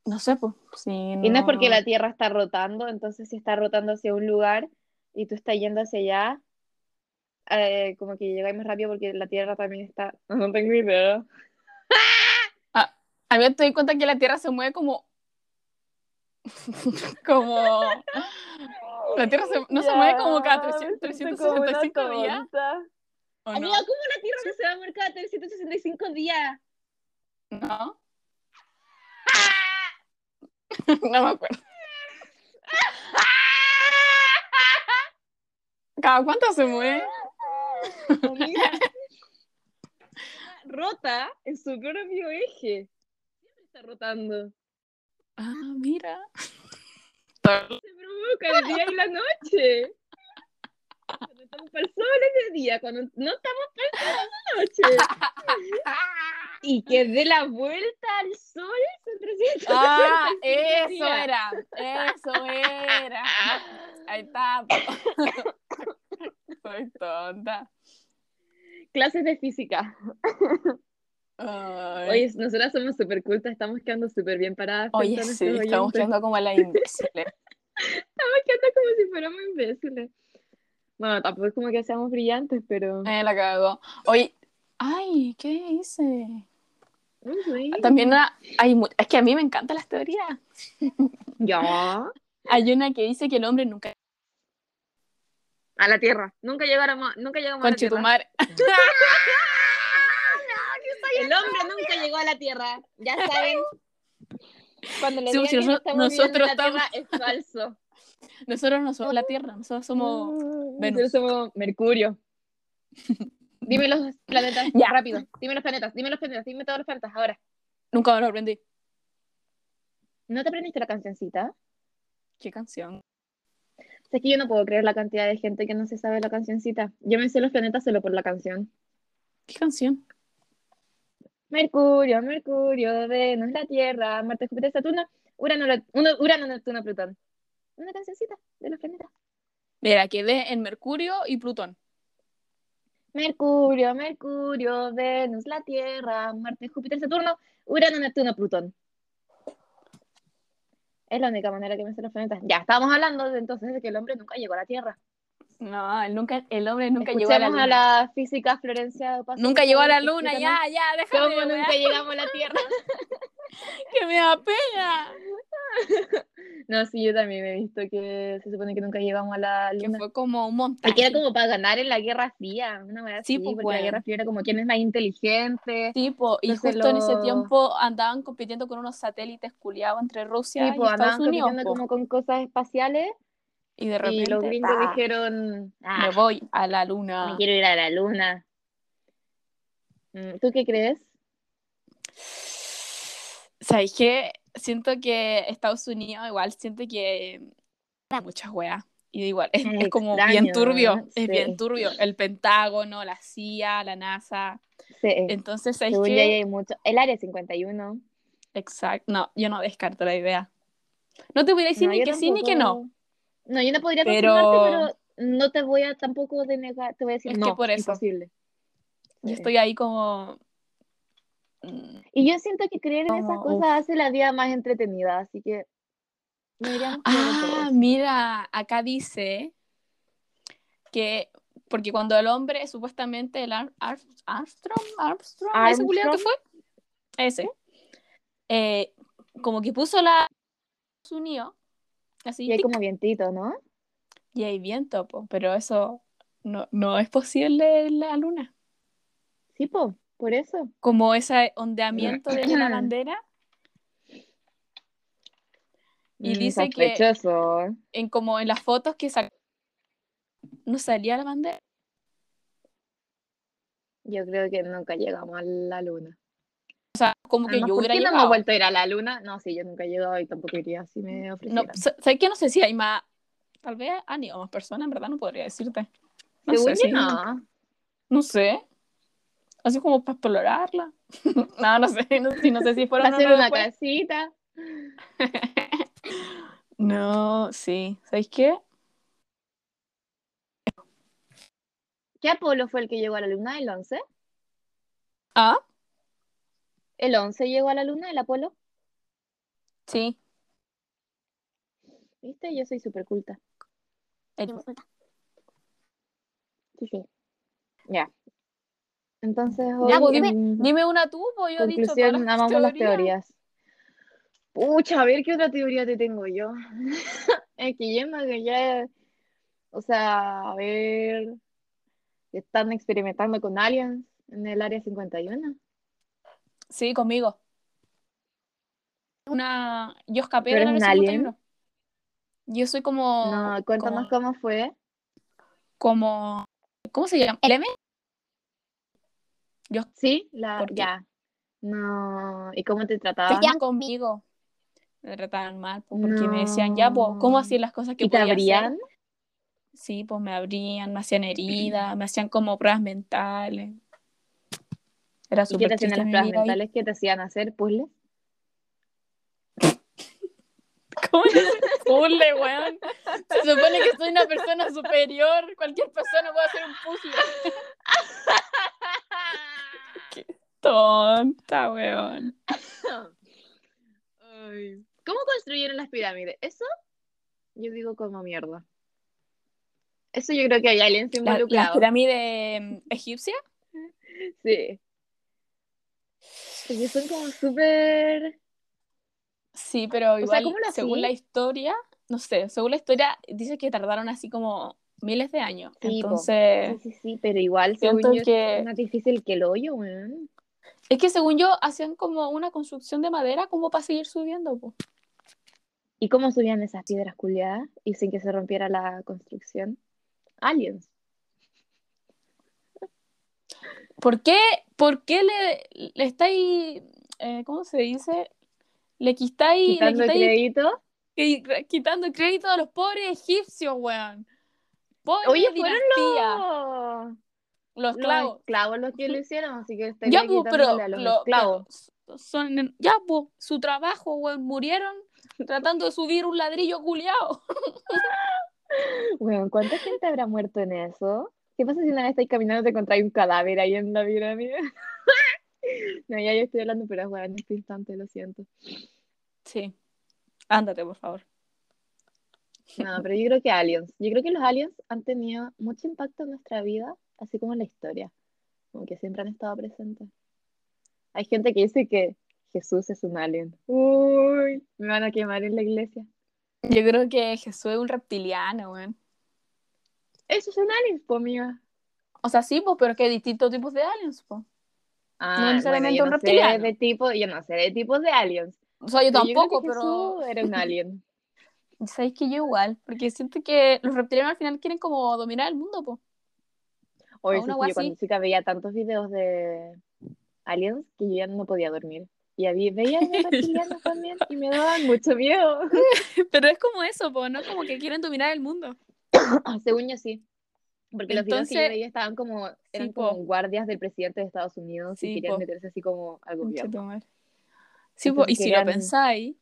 Speaker 2: No sé, pues. sí,
Speaker 1: Y no es porque la Tierra está rotando, entonces si está rotando hacia un lugar y tú estás yendo hacia allá, eh, como que llegáis más rápido porque la Tierra también está... No tengo idea.
Speaker 2: A mí me doy cuenta que la Tierra se mueve como. como. La Tierra se- no se mueve como cada 300 365 días. ¿o no?
Speaker 1: Amiga, ¿cómo la Tierra no se va a mover cada 365 días?
Speaker 2: ¿No? no me acuerdo. ¿Cada cuánto se mueve?
Speaker 1: Amiga, rota en su propio eje. Siempre está rotando.
Speaker 2: Ah, mira.
Speaker 1: Se provoca el día y la noche. Cuando estamos para el sol es de día, cuando no estamos para el sol es de noche. Y que dé la vuelta al sol son 365
Speaker 2: Ah, eso
Speaker 1: días.
Speaker 2: era. Eso era. Ahí está. po. Soy tonta.
Speaker 1: Clases de física.
Speaker 2: Ay.
Speaker 1: Oye, nosotras somos súper cultas, estamos quedando súper bien paradas.
Speaker 2: Oye,
Speaker 1: frente a
Speaker 2: sí,
Speaker 1: nuestros
Speaker 2: estamos
Speaker 1: oyentes.
Speaker 2: quedando como la imbéciles.
Speaker 1: Estamos quedando como si fuéramos imbéciles. Bueno, tampoco es como que seamos brillantes, pero.
Speaker 2: Eh, la cagó. Oye, ay, ¿qué hice?
Speaker 1: Ay, güey.
Speaker 2: También una- hay, mu- es que a mí me encantan las teorías.
Speaker 1: Ya.
Speaker 2: Hay una que dice que el hombre nunca
Speaker 1: A la tierra. Nunca llegáramos, nunca llegamos a la tierra.
Speaker 2: Conchetumar.
Speaker 1: El hombre nunca llegó a la tierra. Ya saben. Cuando le
Speaker 2: Sí,
Speaker 1: digan
Speaker 2: si
Speaker 1: que
Speaker 2: noso-
Speaker 1: estamos viviendo en la
Speaker 2: nosotros
Speaker 1: tierra, es falso.
Speaker 2: Nosotros no somos la Tierra, nosotros somos. Venus.
Speaker 1: Nosotros somos Mercurio. Dime los planetas
Speaker 2: Ya.
Speaker 1: rápido. Dime los planetas, dime los planetas, dime todos los planetas ahora.
Speaker 2: Nunca lo aprendí.
Speaker 1: ¿No te aprendiste la cancioncita?
Speaker 2: ¿Qué canción?
Speaker 1: O sea, Es que yo no puedo creer la cantidad de gente que no se sabe la cancioncita. Yo me sé los planetas solo por la canción.
Speaker 2: ¿Qué canción?
Speaker 1: Mercurio, Mercurio, Venus, la Tierra, Marte, Júpiter, Saturno, Urano, Lo- Uno- Urano, Neptuno, Plutón. Una cancioncita de los planetas.
Speaker 2: Mira, quedé en Mercurio y Plutón.
Speaker 1: Mercurio, Mercurio, Venus, la Tierra, Marte, Júpiter, Saturno, Urano, Neptuno, Plutón. Es la única manera que me sé los planetas. Ya, estábamos hablando de entonces de que el hombre nunca llegó a la Tierra.
Speaker 2: No, el, nunca, el hombre nunca llegó a la
Speaker 1: Escuchemos
Speaker 2: luna.
Speaker 1: a la física Florencia Opaso,
Speaker 2: Nunca
Speaker 1: por
Speaker 2: llegó a
Speaker 1: favor,
Speaker 2: la
Speaker 1: que
Speaker 2: luna,
Speaker 1: explícanos
Speaker 2: ya, ya, déjame.
Speaker 1: ¿Cómo
Speaker 2: weá,
Speaker 1: nunca llegamos a la Tierra?
Speaker 2: Que me da pena.
Speaker 1: No, sí, yo también he visto que se supone que nunca llegamos a la
Speaker 2: Que
Speaker 1: luna.
Speaker 2: fue como un
Speaker 1: Y que era
Speaker 2: montaje.
Speaker 1: como para ganar en la Guerra Fría, una verdad
Speaker 2: Sí,
Speaker 1: así,
Speaker 2: pues,
Speaker 1: porque la
Speaker 2: bueno.
Speaker 1: Guerra Fría era como quién es más inteligente.
Speaker 2: Tipo, y
Speaker 1: Entonces
Speaker 2: justo en ese
Speaker 1: lo-
Speaker 2: tiempo andaban compitiendo con unos satélites culiados entre
Speaker 1: Sí,
Speaker 2: Rusia y
Speaker 1: pues
Speaker 2: Estados
Speaker 1: andaban
Speaker 2: Unidos.
Speaker 1: compitiendo
Speaker 2: po.
Speaker 1: como con cosas espaciales
Speaker 2: Y de repente
Speaker 1: y los gringos
Speaker 2: ta,
Speaker 1: dijeron, ah,
Speaker 2: me voy a la
Speaker 1: me
Speaker 2: luna.
Speaker 1: quiero ir a la luna. Mm, ¿Tú qué crees?
Speaker 2: ¿Sabes qué? Siento que Estados Unidos igual siente que da muchas weas. Y igual, es,
Speaker 1: Es
Speaker 2: es como
Speaker 1: extraño,
Speaker 2: bien turbio,
Speaker 1: ¿no?
Speaker 2: es
Speaker 1: Sí.
Speaker 2: bien turbio. El Pentágono, la CIA, la NASA,
Speaker 1: Sí. eh,
Speaker 2: Entonces, es
Speaker 1: Según
Speaker 2: que...
Speaker 1: yo, ahí hay mucho. El área 51.
Speaker 2: Exacto. No, yo no descarto la idea. No te voy a decir
Speaker 1: No,
Speaker 2: ni
Speaker 1: yo
Speaker 2: que sí ni que no.
Speaker 1: tampoco- No, yo no podría
Speaker 2: Pero-
Speaker 1: confirmarte, pero no te voy a tampoco denegar, te voy a decir
Speaker 2: Es que
Speaker 1: no,
Speaker 2: por eso.
Speaker 1: imposible.
Speaker 2: Yo
Speaker 1: Sí.
Speaker 2: estoy ahí como... mm,
Speaker 1: Y yo siento que creer en esas
Speaker 2: Como,
Speaker 1: cosas hace la vida más entretenida, así que deberíamos creer en
Speaker 2: Ah,
Speaker 1: todo.
Speaker 2: mira, acá dice que... Porque cuando el hombre, supuestamente el Ar- Ar- Armstrong, Armstrong, ese culiao que
Speaker 1: Armstrong.
Speaker 2: fue, ese, eh, como que puso la... su nido, así,
Speaker 1: Y hay
Speaker 2: tic,
Speaker 1: como vientito, ¿no?
Speaker 2: y hay viento, po, pero eso no, no es posible en la luna.
Speaker 1: Sí, po, por eso.
Speaker 2: como ese ondeamiento de la bandera Y
Speaker 1: Mm,
Speaker 2: dice que-
Speaker 1: sospechoso.
Speaker 2: en como en las fotos que sac- no salía la bandera
Speaker 1: Yo creo que nunca llegamos a la luna.
Speaker 2: como que
Speaker 1: Además,
Speaker 2: yo
Speaker 1: ¿por
Speaker 2: hubiera
Speaker 1: qué Ah, no hemos
Speaker 2: llegado.
Speaker 1: vuelto a ir a la luna? No, sí, yo nunca he llegado y tampoco iría si me
Speaker 2: no, pues,
Speaker 1: ofrecieran.
Speaker 2: sa- sabes que no sé si hay más tal vez han ido más personas en verdad no podría decirte no
Speaker 1: Según
Speaker 2: sé
Speaker 1: yo,
Speaker 2: si-
Speaker 1: no.
Speaker 2: no sé así como para explorarla no no sé no, sí, no sé si fueron o
Speaker 1: Hacer
Speaker 2: no
Speaker 1: una
Speaker 2: después.
Speaker 1: casita.
Speaker 2: no sí sabes qué
Speaker 1: ¿Qué Apolo fue el que llegó a la luna? ¿El 11?
Speaker 2: ah
Speaker 1: ¿El 11 llegó a la luna, el Apolo?
Speaker 2: sí
Speaker 1: ¿Viste? Yo soy súper culta.
Speaker 2: el-
Speaker 1: Sí, sí. Ya. Entonces,
Speaker 2: Ya, pues,
Speaker 1: hoy,
Speaker 2: dime,
Speaker 1: mm,
Speaker 2: dime una tú pues yo he dicho todas
Speaker 1: conclusión,
Speaker 2: las
Speaker 1: amamos las
Speaker 2: teorías.
Speaker 1: teorías. Pucha, a ver qué otra teoría te tengo yo. es que yo me ya. O sea, a ver. Están experimentando con aliens en el área 51.
Speaker 2: Sí, conmigo. Una... Yo escapé
Speaker 1: ¿Tú
Speaker 2: de
Speaker 1: eres
Speaker 2: la
Speaker 1: un
Speaker 2: área
Speaker 1: alien?
Speaker 2: 51. Yo soy como...
Speaker 1: No, cuéntanos
Speaker 2: Como...
Speaker 1: cómo fue.
Speaker 2: como- ¿Cómo se llama? ¿Leme?
Speaker 1: Sí, la.
Speaker 2: ¿Por qué?
Speaker 1: Ya. No. ¿Y cómo te
Speaker 2: Se
Speaker 1: trataban?
Speaker 2: quedan conmigo. Me trataban mal, pues, porque me decían, ya, pues, ¿cómo
Speaker 1: No.
Speaker 2: así las cosas que
Speaker 1: ¿Y te
Speaker 2: podía hacer?
Speaker 1: abrían?
Speaker 2: Sí, pues me abrían, me hacían heridas, me hacían como pruebas mentales. Era
Speaker 1: ¿Y qué
Speaker 2: súper
Speaker 1: te hacían
Speaker 2: triste
Speaker 1: en las
Speaker 2: mi
Speaker 1: pruebas
Speaker 2: vida ahí.
Speaker 1: mentales? ¿Qué te hacían hacer? Pues, ¿Puzzles?
Speaker 2: ¿Cómo le haces puzzle, weón? Se supone que soy una persona superior. Cualquier persona puede hacer un puzzle. Tonta, weón.
Speaker 1: Ay. ¿Cómo construyeron las pirámides? Eso yo digo como mierda. Eso yo creo que hay alguien
Speaker 2: La, la
Speaker 1: involucrado.
Speaker 2: pirámide em, egipcia.
Speaker 1: Sí. Porque son como súper.
Speaker 2: Sí, pero
Speaker 1: sea,
Speaker 2: igual,
Speaker 1: ¿cómo lo
Speaker 2: según
Speaker 1: hacían?
Speaker 2: la historia, no sé, según la historia, dice que tardaron así como miles de años.
Speaker 1: Sí, po. Sí,
Speaker 2: Entonces,
Speaker 1: sí, sí, pero igual según
Speaker 2: Eh. siento
Speaker 1: yo,
Speaker 2: que.
Speaker 1: es más difícil que el hoyo, weón.
Speaker 2: Es que según yo, hacían como una construcción de madera como para seguir subiendo, po.
Speaker 1: ¿Y cómo subían esas piedras culiadas y sin que se rompiera la construcción? Aliens.
Speaker 2: ¿Por qué, por qué le, le estáis. eh, ¿Cómo se dice? Le quitáis.
Speaker 1: Quitando
Speaker 2: le quitáis
Speaker 1: crédito.
Speaker 2: que- quitando crédito a los pobres egipcios, weón. Pobre
Speaker 1: Oye, fueron
Speaker 2: dinastía.
Speaker 1: los.
Speaker 2: Los,
Speaker 1: Los
Speaker 2: clavos.
Speaker 1: esclavos. los que lo hicieron, así que estaría
Speaker 2: Ya, po, pero,
Speaker 1: quitándole a los
Speaker 2: lo-
Speaker 1: esclavos.
Speaker 2: pero son, ya, po, su trabajo, weón, murieron tratando de subir un ladrillo culiao.
Speaker 1: Weón, ¿cuánta gente habrá muerto en eso? ¿Qué pasa si una vez estáis caminando y te encontráis un cadáver ahí en la pirámide? no, ya yo estoy hablando, pero weón, en este instante, lo siento.
Speaker 2: Sí. Ándate, por favor.
Speaker 1: No, pero yo creo que aliens. Yo creo que los aliens han tenido mucho impacto en nuestra vida, así como en la historia. Como que siempre han estado presentes. Hay gente que dice que Jesús es un alien. Uy, me van a quemar en la iglesia.
Speaker 2: Yo creo que Jesús es un reptiliano, weón.
Speaker 1: Eso es un alien, po, amiga.
Speaker 2: O sea, sí, pues, pero es que hay distintos tipos de aliens, po.
Speaker 1: Ah,
Speaker 2: No necesariamente
Speaker 1: bueno, yo
Speaker 2: un
Speaker 1: no sé
Speaker 2: reptiliano.
Speaker 1: de tipo, yo no sé de tipos de aliens.
Speaker 2: O sea, yo
Speaker 1: Pero creo
Speaker 2: tampoco,
Speaker 1: que
Speaker 2: pero.
Speaker 1: Jesús era un alien.
Speaker 2: Sabéis que yo igual, porque siento que los reptilianos al final quieren como dominar el mundo, po.
Speaker 1: O
Speaker 2: A
Speaker 1: eso
Speaker 2: una
Speaker 1: sí,
Speaker 2: wea
Speaker 1: yo cuando
Speaker 2: así.
Speaker 1: chica veía tantos videos de aliens que yo ya no podía dormir. Y había, veía de reptilianos también y me daban mucho miedo.
Speaker 2: Pero es como eso, po, ¿no? Como que quieren dominar el mundo.
Speaker 1: Según Ah, yo sí. Porque los videos que yo
Speaker 2: Entonces-
Speaker 1: veía estaban como, eran
Speaker 2: Sí, po.
Speaker 1: como guardias del presidente de Estados Unidos
Speaker 2: Sí,
Speaker 1: y querían
Speaker 2: po.
Speaker 1: meterse así como al
Speaker 2: Concha
Speaker 1: gobierno.
Speaker 2: tu madre. Sí, po,
Speaker 1: Entonces
Speaker 2: y si lo
Speaker 1: querían-
Speaker 2: pensáis,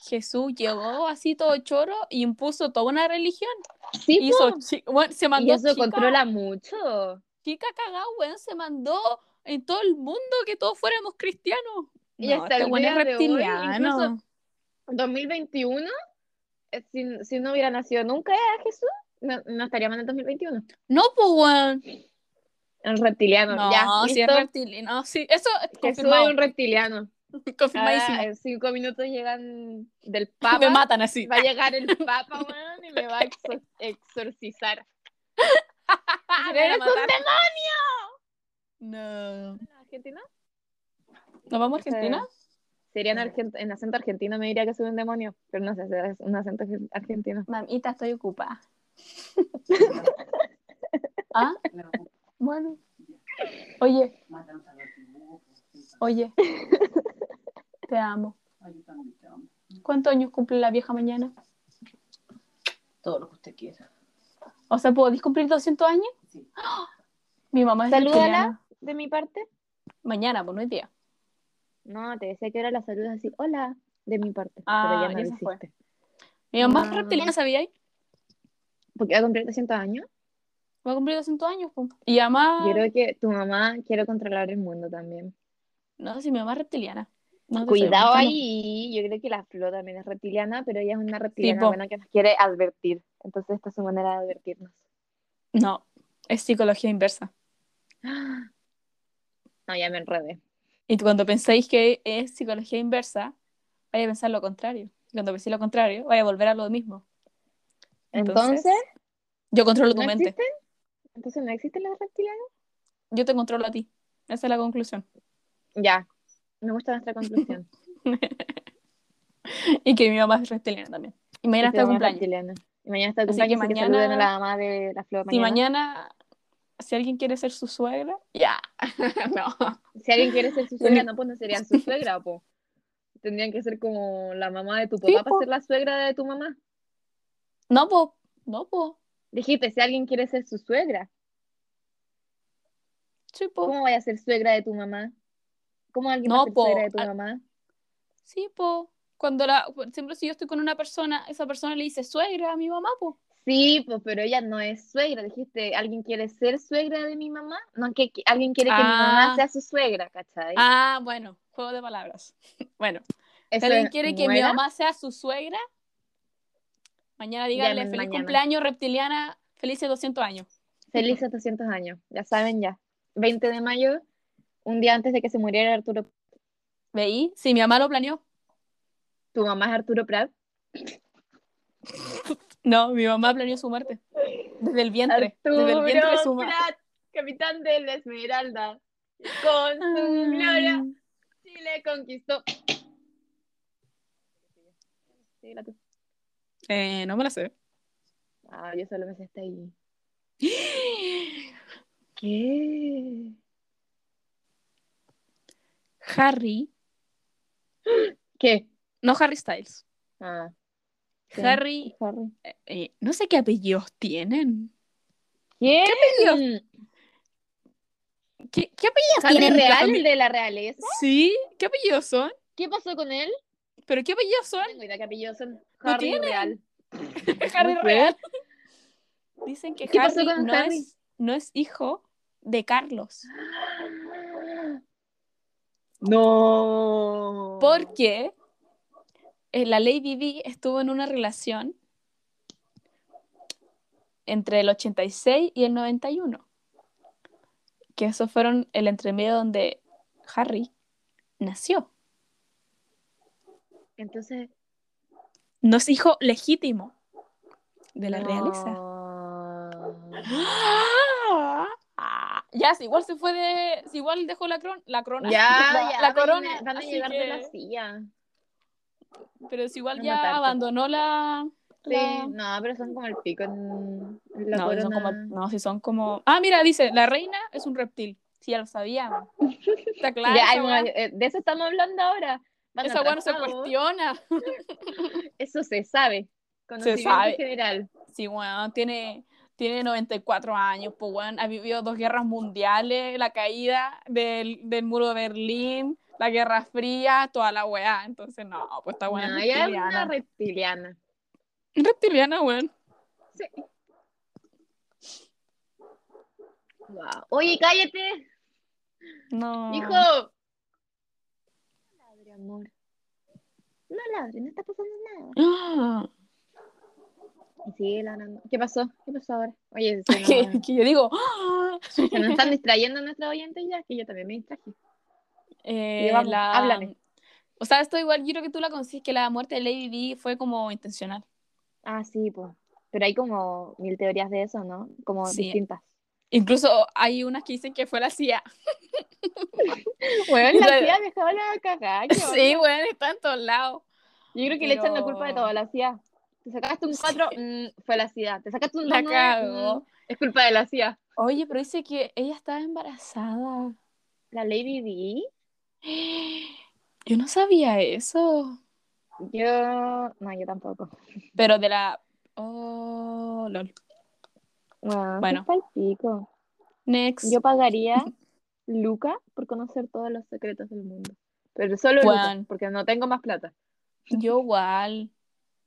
Speaker 2: Jesús llegó así todo choro y impuso toda una religión.
Speaker 1: Sí,
Speaker 2: Hizo
Speaker 1: po.
Speaker 2: chi- bueno, se
Speaker 1: y
Speaker 2: mandó
Speaker 1: eso
Speaker 2: chica,
Speaker 1: controla mucho.
Speaker 2: chica cagada, weón, se mandó en todo el mundo que todos fuéramos cristianos.
Speaker 1: Y
Speaker 2: No,
Speaker 1: hasta
Speaker 2: este
Speaker 1: el
Speaker 2: weón es
Speaker 1: día de hoy,
Speaker 2: reptiliano.
Speaker 1: incluso- 2021, eh, si, si no hubiera nacido nunca a Jesús, no, no estaríamos en el 2021.
Speaker 2: No, pues weón.
Speaker 1: Un reptiliano, ya.
Speaker 2: No, si es
Speaker 1: listo.
Speaker 2: reptiliano. No, sí, eso es
Speaker 1: Jesús
Speaker 2: confirmado.
Speaker 1: es un reptiliano.
Speaker 2: Confirmadísimo.
Speaker 1: Ahora, en cinco minutos llegan del Papa.
Speaker 2: Me matan así.
Speaker 1: Va a llegar el Papa, weón, y me va a exor- exorcizar.
Speaker 2: Ah, me
Speaker 1: ¡Eres
Speaker 2: van a
Speaker 1: un
Speaker 2: matar. No.
Speaker 1: demonio! ¿Argentina?
Speaker 2: ¿Nos vamos a Argentina?
Speaker 1: Sería en, argent- en acento argentino, me diría que soy un demonio, pero no sé, es un acento argen- argentino.
Speaker 2: Mamita, estoy ocupada. ¿Ah? Bueno. Oye. Oye. Te amo. ¿Cuántos años cumple la vieja mañana?
Speaker 3: Todo lo que usted quiera.
Speaker 2: O sea, ¿podéis cumplir 200 años?
Speaker 3: Sí.
Speaker 2: ¡Ah! Mi mamá es
Speaker 1: Salúdala.
Speaker 2: reptiliana.
Speaker 1: ¿De mi parte?
Speaker 2: Mañana, por no es día.
Speaker 1: No, te decía que era la salud así, hola, de mi parte.
Speaker 2: Ah,
Speaker 1: pero ya no
Speaker 2: y
Speaker 1: lo
Speaker 2: esa fue.
Speaker 1: hiciste.
Speaker 2: Mi mamá
Speaker 1: Ah.
Speaker 2: es reptiliana, ¿sabías?
Speaker 1: Porque va a cumplir 300 años.
Speaker 2: Va a cumplir 200 años. po. Y además...
Speaker 1: Yo creo que tu mamá quiere controlar el mundo también.
Speaker 2: No, si mi mamá es reptiliana. No te
Speaker 1: Cuidado
Speaker 2: estoy
Speaker 1: ahí, yo creo que la Flo también es reptiliana, pero ella es una reptiliana
Speaker 2: po.
Speaker 1: buena que nos quiere advertir. Entonces esta es su manera de advertirnos.
Speaker 2: molestando. No, es psicología inversa.
Speaker 1: No, ya me enredé.
Speaker 2: Y cuando pensáis que es psicología inversa, vaya a pensar lo contrario. Y cuando penséis lo contrario, vaya a volver a lo mismo.
Speaker 1: Entonces,
Speaker 2: yo controlo tu
Speaker 1: ¿no
Speaker 2: mente.
Speaker 1: existen? Entonces no existen los reptilianos.
Speaker 2: Yo te controlo a ti. Esa es la conclusión.
Speaker 1: Ya, me gusta nuestra conclusión.
Speaker 2: Y que mi mamá es reptiliana también. Y mañana
Speaker 1: Y
Speaker 2: está
Speaker 1: tu
Speaker 2: el
Speaker 1: mamá es
Speaker 2: cumpleaños.
Speaker 1: reptiliana. Y mañana está el
Speaker 2: Así que
Speaker 1: cumpleaños, así que
Speaker 2: mañana-
Speaker 1: saluden a la mamá de la Flo
Speaker 2: Si
Speaker 1: mañana.
Speaker 2: mañana, si alguien quiere ser su suegra, ya. no.
Speaker 1: Si alguien quiere ser su suegra, no, pues no serían su suegra, po. Tendrían que ser como la mamá de tu papá
Speaker 2: Sí,
Speaker 1: para
Speaker 2: po.
Speaker 1: ser la suegra de tu mamá.
Speaker 2: No, po. No, po.
Speaker 1: Dijiste, si alguien quiere ser su suegra,
Speaker 2: Sí, po.
Speaker 1: ¿cómo vaya a ser suegra de tu mamá? ¿Cómo alguien va a
Speaker 2: No,
Speaker 1: ser
Speaker 2: po.
Speaker 1: suegra de tu
Speaker 2: Al-
Speaker 1: mamá?
Speaker 2: Sí, po. Cuando la, por ejemplo, si yo estoy con una persona, esa persona le dice suegra a mi mamá, po.
Speaker 1: Sí, pues, pero ella no es suegra. Dijiste, ¿alguien quiere ser suegra de mi mamá? No, que, que alguien quiere que mi
Speaker 2: Ah.
Speaker 1: mamá sea su suegra, ¿cachai?
Speaker 2: Ah, bueno, juego de palabras. Bueno, si
Speaker 1: Eso
Speaker 2: alguien
Speaker 1: es
Speaker 2: quiere que mi
Speaker 1: nuera.
Speaker 2: mamá sea su suegra, mañana díganle
Speaker 1: Llamen
Speaker 2: feliz
Speaker 1: mañana".
Speaker 2: cumpleaños reptiliana, felices 200 años.
Speaker 1: Felices 200 años, ya saben ya. 20 de mayo, un día antes de que se muriera Arturo.
Speaker 2: ¿Veí? Sí, mi mamá lo planeó.
Speaker 1: ¿Tu mamá es Arturo Prat?
Speaker 2: No, mi mamá planeó su muerte. Desde el vientre. desde el vientre de su madre.
Speaker 1: Prat, capitán de la Esmeralda. Con
Speaker 2: Ah.
Speaker 1: su gloria, Chile conquistó. Sí, la tu-
Speaker 2: Eh, no me la sé.
Speaker 1: Ah, yo solo me sé esta ahí. ¿Qué?
Speaker 2: Harry,
Speaker 1: ¿Qué?
Speaker 2: no Harry Styles.
Speaker 1: Ah, ¿Quién?
Speaker 2: Harry,
Speaker 1: Harry.
Speaker 2: eh, no sé qué apellidos tienen.
Speaker 1: ¿Quién?
Speaker 2: ¿Qué, qué apellidos
Speaker 1: Mm, Harry
Speaker 2: tienen? la
Speaker 1: Real, el
Speaker 2: familia?
Speaker 1: de la realeza.
Speaker 2: Sí, ¿qué apellidos son?
Speaker 1: ¿Qué pasó con él?
Speaker 2: ¿Pero qué apellidos son?
Speaker 1: No tengo idea qué apellidos son. Harry
Speaker 2: tienen?
Speaker 1: Real.
Speaker 2: Harry
Speaker 1: No sé.
Speaker 2: Real. Dicen que
Speaker 1: ¿Qué
Speaker 2: Harry,
Speaker 1: pasó con
Speaker 2: no,
Speaker 1: Harry?
Speaker 2: Es, no es hijo de Carlos.
Speaker 1: No.
Speaker 2: Porque eh, la Lady Di estuvo en una relación entre el 86 y el 91. Que esos fueron el entremedio donde Harry nació.
Speaker 1: Entonces.
Speaker 2: No es hijo legítimo de la
Speaker 1: no.
Speaker 2: realeza. Ah, Ya, si igual se fue de. Si igual dejó la, cron- la
Speaker 1: Ya,
Speaker 2: corona.
Speaker 1: ya.
Speaker 2: la, la
Speaker 1: van a-
Speaker 2: corona.
Speaker 1: Van a
Speaker 2: así
Speaker 1: llegar de
Speaker 2: que-
Speaker 1: la silla.
Speaker 2: Pero si igual
Speaker 1: No
Speaker 2: ya
Speaker 1: matarte.
Speaker 2: abandonó la.
Speaker 1: Sí,
Speaker 2: la-
Speaker 1: no, pero son como el pico en la
Speaker 2: no, si
Speaker 1: corona.
Speaker 2: son como, no, si son como. Ah, mira, dice, la reina es un reptil. Sí, ya lo sabíamos. Está claro.
Speaker 1: Ya, ay,
Speaker 2: esa
Speaker 1: no,
Speaker 2: weá-
Speaker 1: eh, de eso estamos hablando ahora. Van
Speaker 2: esa weá no se
Speaker 1: atrasados.
Speaker 2: cuestiona.
Speaker 1: Eso se sabe. Conocimiento
Speaker 2: sabe.
Speaker 1: general.
Speaker 2: Sí, weón, tiene, Tiene 94 años, pues, weón. Ha vivido dos guerras mundiales, la caída del, del muro de Berlín, la Guerra Fría, toda la weá. Entonces, no, pues está buena.
Speaker 1: no, ella es una
Speaker 2: reptiliana.
Speaker 1: reptiliana.
Speaker 2: Reptiliana, weón.
Speaker 1: Sí. Guau. Oye, cállate,
Speaker 2: No.
Speaker 1: hijo. No ladre, amor. No ladre, no está pasando nada.
Speaker 2: Ah.
Speaker 1: Y sigue ladrando. ¿Qué pasó? ¿Qué pasó ahora? Oye, se
Speaker 2: Que,
Speaker 1: nos,
Speaker 2: que yo digo, ¡ah!
Speaker 1: se nos están distrayendo nuestros oyentes ya, que yo también me distraje.
Speaker 2: Eh,
Speaker 1: Ya vamos,
Speaker 2: la-
Speaker 1: háblame.
Speaker 2: O sea, esto igual, yo creo que tú la consigues que la muerte de Lady Di fue como intencional.
Speaker 1: Ah, sí, pues. Pero hay como mil teorías de eso, ¿no? Como
Speaker 2: Sí.
Speaker 1: distintas.
Speaker 2: Incluso hay unas que dicen que fue la CIA.
Speaker 1: Bueno, la
Speaker 2: Claro.
Speaker 1: CIA dejaba la cagada. qué
Speaker 2: Sí, weón, está en todos lados.
Speaker 1: Yo creo que le echan la culpa de
Speaker 2: Pero-
Speaker 1: todo a la CIA. Te sacaste un 4, fue la CIA. Te sacaste un
Speaker 2: La
Speaker 1: 9,
Speaker 2: cagó.
Speaker 1: es culpa de la CIA.
Speaker 2: Oye, pero dice que ella estaba embarazada.
Speaker 1: La Lady D,
Speaker 2: Yo no sabía eso.
Speaker 1: yo. No, yo tampoco.
Speaker 2: Pero de la. Oh, lol.
Speaker 1: Bueno,
Speaker 2: Bueno.
Speaker 1: está el pico.
Speaker 2: Next.
Speaker 1: Yo pagaría Luca por conocer todos los secretos del mundo. Pero solo Luca,
Speaker 2: Juan.
Speaker 1: porque no tengo más plata.
Speaker 2: Yo igual.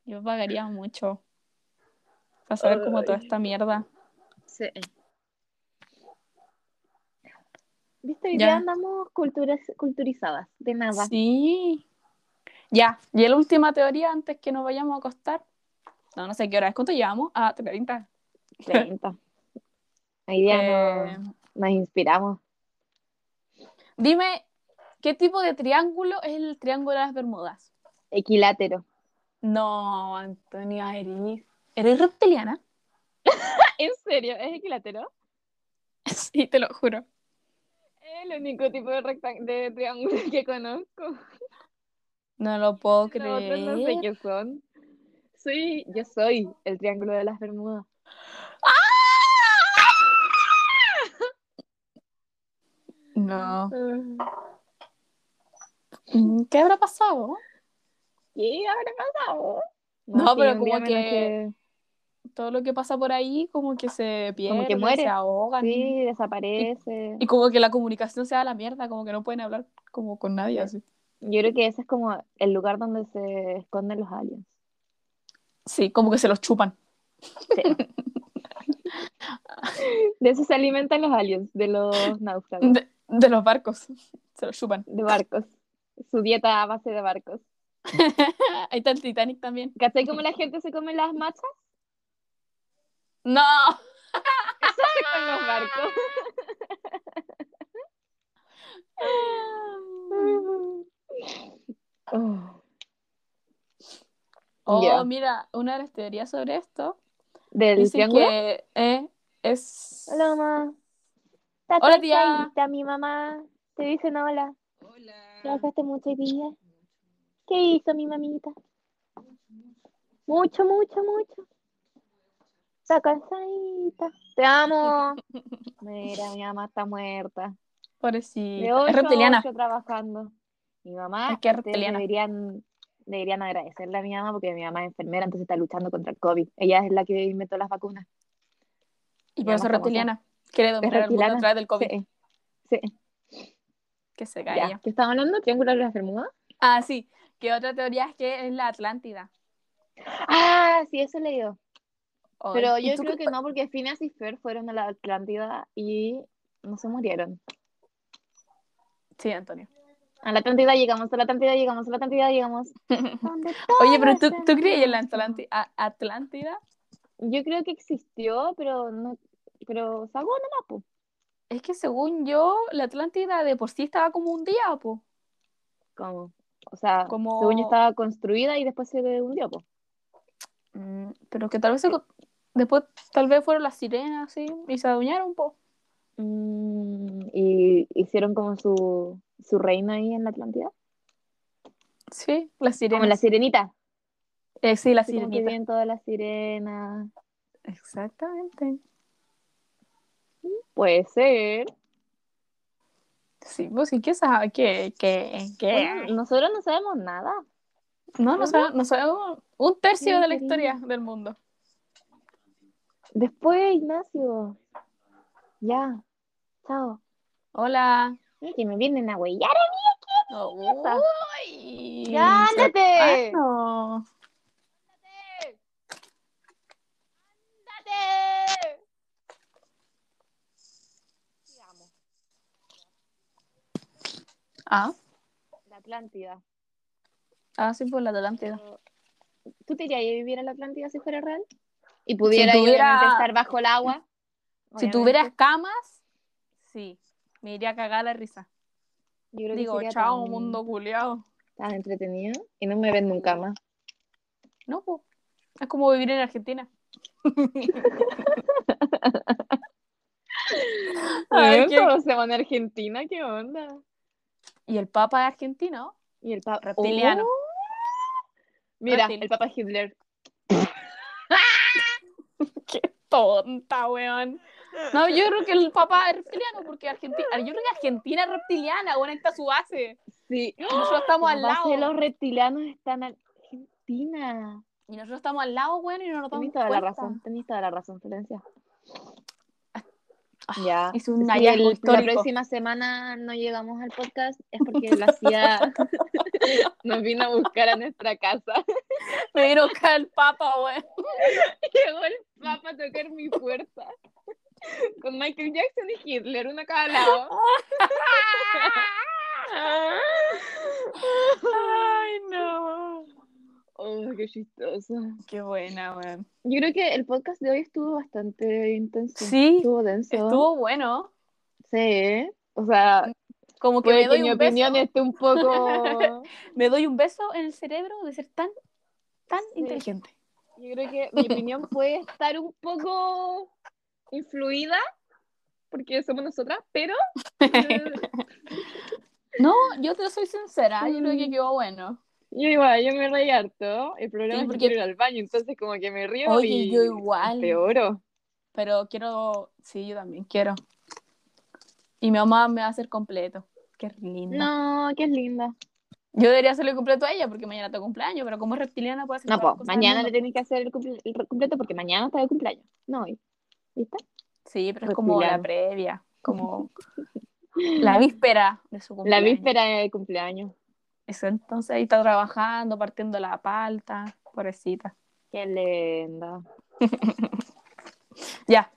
Speaker 2: Yo pagaría mucho. Para saber como toda
Speaker 1: Ay.
Speaker 2: esta mierda.
Speaker 1: Sí. eh. ¿Viste? Hoy
Speaker 2: Ya.
Speaker 1: día andamos culturas- culturizadas, de nada.
Speaker 2: Sí. Ya, y la última teoría antes que nos vayamos a acostar. No, no sé qué hora es. ¿Cuánto llevamos? Ah, 30.
Speaker 1: 30. Hoy día
Speaker 2: Eh,
Speaker 1: nos, nos inspiramos.
Speaker 2: Dime, ¿qué tipo de triángulo es el triángulo de las Bermudas?
Speaker 1: Equilátero.
Speaker 2: No, Antonia, eres, eres reptiliana.
Speaker 1: ¿En serio? ¿Es equilátero?
Speaker 2: Sí, te lo juro.
Speaker 1: Es el único tipo de, rectang- de triángulo que conozco.
Speaker 2: No lo puedo
Speaker 1: Los otros no sé
Speaker 2: creer.
Speaker 1: qué son. Soy, yo soy el triángulo de las Bermudas.
Speaker 2: No.
Speaker 1: Ah.
Speaker 2: Mm, ¿Qué habrá pasado?
Speaker 1: ¿Qué habrá pasado?
Speaker 2: No, pero
Speaker 1: un día
Speaker 2: como
Speaker 1: me
Speaker 2: que- Todo lo que pasa por ahí como que se pierde,
Speaker 1: que muere.
Speaker 2: se ahogan.
Speaker 1: enojé. Sí, desaparece.
Speaker 2: Y como que la comunicación se da a la mierda, como que no pueden hablar como con nadie así.
Speaker 1: Yo creo que ese es como el lugar donde se esconden los aliens.
Speaker 2: Sí, como que se los chupan.
Speaker 1: De eso se alimentan los aliens, de los náufragos,
Speaker 2: De, de los barcos. Se los chupan.
Speaker 1: de barcos. Su dieta a base de barcos.
Speaker 2: Ahí está el Titanic también.
Speaker 1: ¿Cachai cómo la gente se come las machas?
Speaker 2: ¡No!
Speaker 1: Con los barcos. Mm.
Speaker 2: Oh,
Speaker 1: Ya.
Speaker 2: mira, una de las teorías sobre esto
Speaker 1: Del
Speaker 2: dice
Speaker 1: triángulo.
Speaker 2: que eh, es...
Speaker 1: Hola, mamá. Está
Speaker 2: Hola, tía.
Speaker 1: cansadita mi mamá. Te dicen hola.
Speaker 3: Hola.
Speaker 1: Trabajaste mucho hoy día. ¿Qué hizo mi mamita? Mucho, mucho, mucho. Está cansadita. Te amo. Mira, mi mamá está muerta. De
Speaker 2: Pobrecita.
Speaker 1: ocho
Speaker 2: Es
Speaker 1: a
Speaker 2: reptiliana.
Speaker 1: ocho trabajando. Mi mamá,
Speaker 2: Es que es
Speaker 1: ustedes
Speaker 2: reptiliana.
Speaker 1: deberían, deberían agradecerle a mi mamá porque mi mamá es enfermera, entonces está luchando contra el COVID. Ella es la que inventó las vacunas.
Speaker 2: Y por eso es reptiliana. Quiere dominar el mundo
Speaker 1: reptiliana,
Speaker 2: a través del COVID.
Speaker 1: Sí, sí.
Speaker 2: Que se
Speaker 1: Ya.
Speaker 2: caiga.
Speaker 1: ¿Qué estaba hablando? ¿Triángulo de las Bermudas?
Speaker 2: Ah, sí. Que otra teoría es que es la Atlántida.
Speaker 1: Ah, sí, eso le digo.
Speaker 2: Ay,
Speaker 1: Pero
Speaker 2: ¿y
Speaker 1: yo
Speaker 2: tú
Speaker 1: creo
Speaker 2: qué-
Speaker 1: que no, porque Phineas y Fer fueron a la Atlántida y no se murieron.
Speaker 2: Sí, Antonio.
Speaker 1: A la Atlántida llegamos, a la Atlántida llegamos, a la Atlántida llegamos.
Speaker 2: Oye, pero ¿tú,
Speaker 1: Todas
Speaker 2: ¿tú crees en la
Speaker 1: tenemos.
Speaker 2: Atlanti- a- Atlántida?
Speaker 1: Yo creo que existió, pero no, pero Sagó nomás, po.
Speaker 2: Es que según yo, la Atlántida de por sí estaba como un día, po.
Speaker 1: Como, o sea,
Speaker 2: Como-
Speaker 1: según yo estaba construida y después se hundió, po.
Speaker 2: Mm, pero que tal vez se co- después tal vez fueron las sirenas, sí, y se adueñaron, po.
Speaker 1: Mm, y hicieron como su, su reino ahí en la Atlántida.
Speaker 2: Sí, las
Speaker 1: Como
Speaker 2: sirenas.
Speaker 1: la sirenita.
Speaker 2: Eh, sí, las
Speaker 1: Así como que
Speaker 2: sirenitas.
Speaker 1: viven todas las sirenas.
Speaker 2: Exactamente.
Speaker 1: Puede ser.
Speaker 2: Sí, pues sí, ¿qué sabe? ¿Qué? ¿Qué?
Speaker 1: Bueno,
Speaker 2: ¿Qué?
Speaker 1: nosotros no sabemos nada.
Speaker 2: No, no sabe- no sabemos un tercio
Speaker 1: Sí,
Speaker 2: de la
Speaker 1: querido.
Speaker 2: historia del mundo.
Speaker 1: Después, Ignacio. Ya. Chao.
Speaker 2: Hola.
Speaker 1: Y que me vienen a huellar.
Speaker 2: Uy.
Speaker 1: Ya, Oh, ándate.
Speaker 2: Cercano.
Speaker 1: Sigamos.
Speaker 2: Ah,
Speaker 1: La Atlántida.
Speaker 2: ah, sí, por la Atlántida.
Speaker 1: ¿Tú te irías a vivir a la Atlántida si fuera real? Y pudiera
Speaker 2: Si
Speaker 1: y
Speaker 2: tuviera-
Speaker 1: obviamente estar bajo el agua.
Speaker 2: Si
Speaker 1: Obviamente.
Speaker 2: tuvieras camas, sí. Me iría a cagar la risa.
Speaker 1: Yo creo que
Speaker 2: Digo,
Speaker 1: sería
Speaker 2: chao,
Speaker 1: tan-
Speaker 2: mundo culiao.
Speaker 1: Tan entretenido. Y no me ven nunca más.
Speaker 2: No, po. es como vivir en Argentina. Ay, qué-
Speaker 1: ¿Eh? ¿Cómo se van a Argentina? ¿Qué onda?
Speaker 2: Y el Papa es argentino,
Speaker 1: Y el Papa.
Speaker 2: reptiliano.
Speaker 1: mira,
Speaker 2: Reptil.
Speaker 1: el Papa Hitler.
Speaker 2: Qué tonta, weón. No, yo creo que el Papa es reptiliano, porque Argentina, yo creo que Argentina es reptiliana, weón, ahí está su base.
Speaker 1: Sí.
Speaker 2: Y Nosotros estamos al
Speaker 1: Papá,
Speaker 2: lado.
Speaker 1: si los reptilianos están en Argentina.
Speaker 2: Y nosotros estamos al lado, weón, y no nos damos
Speaker 1: Tenís toda la
Speaker 2: cuenta.
Speaker 1: razón, tenés toda la razón, Florencia.
Speaker 2: Ah,
Speaker 1: Ya.
Speaker 2: hice un
Speaker 1: Si
Speaker 2: hallazgo
Speaker 1: el- la
Speaker 2: histórico.
Speaker 1: próxima semana no llegamos al podcast es porque la CIA nos vino a buscar a nuestra casa.
Speaker 2: Me vino acá el Papa, weón.
Speaker 1: Llegó el Papa a tocar mi puerta con Michael Jackson y Hitler, uno a cada lado.
Speaker 2: Ay, no.
Speaker 1: Oh, qué chistoso.
Speaker 2: Qué buena, weón.
Speaker 1: Yo creo que el podcast de hoy estuvo bastante intenso.
Speaker 2: Sí,
Speaker 1: Estuvo denso.
Speaker 2: estuvo bueno.
Speaker 1: Sí, ¿eh? o sea,
Speaker 2: Como que
Speaker 1: puede
Speaker 2: me
Speaker 1: que
Speaker 2: doy
Speaker 1: mi
Speaker 2: un
Speaker 1: opinión
Speaker 2: beso.
Speaker 1: esté un poco...
Speaker 2: Me doy un beso en el cerebro de ser tan, tan
Speaker 1: Sí.
Speaker 2: inteligente.
Speaker 1: Yo creo que mi opinión puede estar un poco influida porque somos nosotras, pero eh,
Speaker 2: No, yo te soy sincera, yo creo que
Speaker 1: Mm.
Speaker 2: quedó bueno.
Speaker 1: yo igual, yo me reí harto. El
Speaker 2: Sí,
Speaker 1: problema es que
Speaker 2: porque-
Speaker 1: quiero ir al baño, entonces como que me río
Speaker 2: Oye,
Speaker 1: y
Speaker 2: yo igual.
Speaker 1: peoro.
Speaker 2: Pero quiero, sí, yo también quiero. Y mi mamá me va a hacer completo. Qué linda.
Speaker 1: No, que es linda.
Speaker 2: Yo debería hacerle completo a ella porque mañana tu cumpleaños, pero como es reptiliana puede hacer
Speaker 1: No,
Speaker 2: todas las cosas
Speaker 1: pues
Speaker 2: del
Speaker 1: mañana le
Speaker 2: mundo.
Speaker 1: tenés que hacer el, cumple- el re- completo porque mañana está de cumpleaños. No, hoy. ¿Viste?
Speaker 2: Sí, pero es como la
Speaker 1: Reptiliana.
Speaker 2: previa, como la víspera de su
Speaker 1: La
Speaker 2: cumpleaños.
Speaker 1: víspera de cumpleaños.
Speaker 2: Eso, entonces ahí está trabajando, partiendo la palta, pobrecita.
Speaker 1: Qué linda.
Speaker 2: Ya,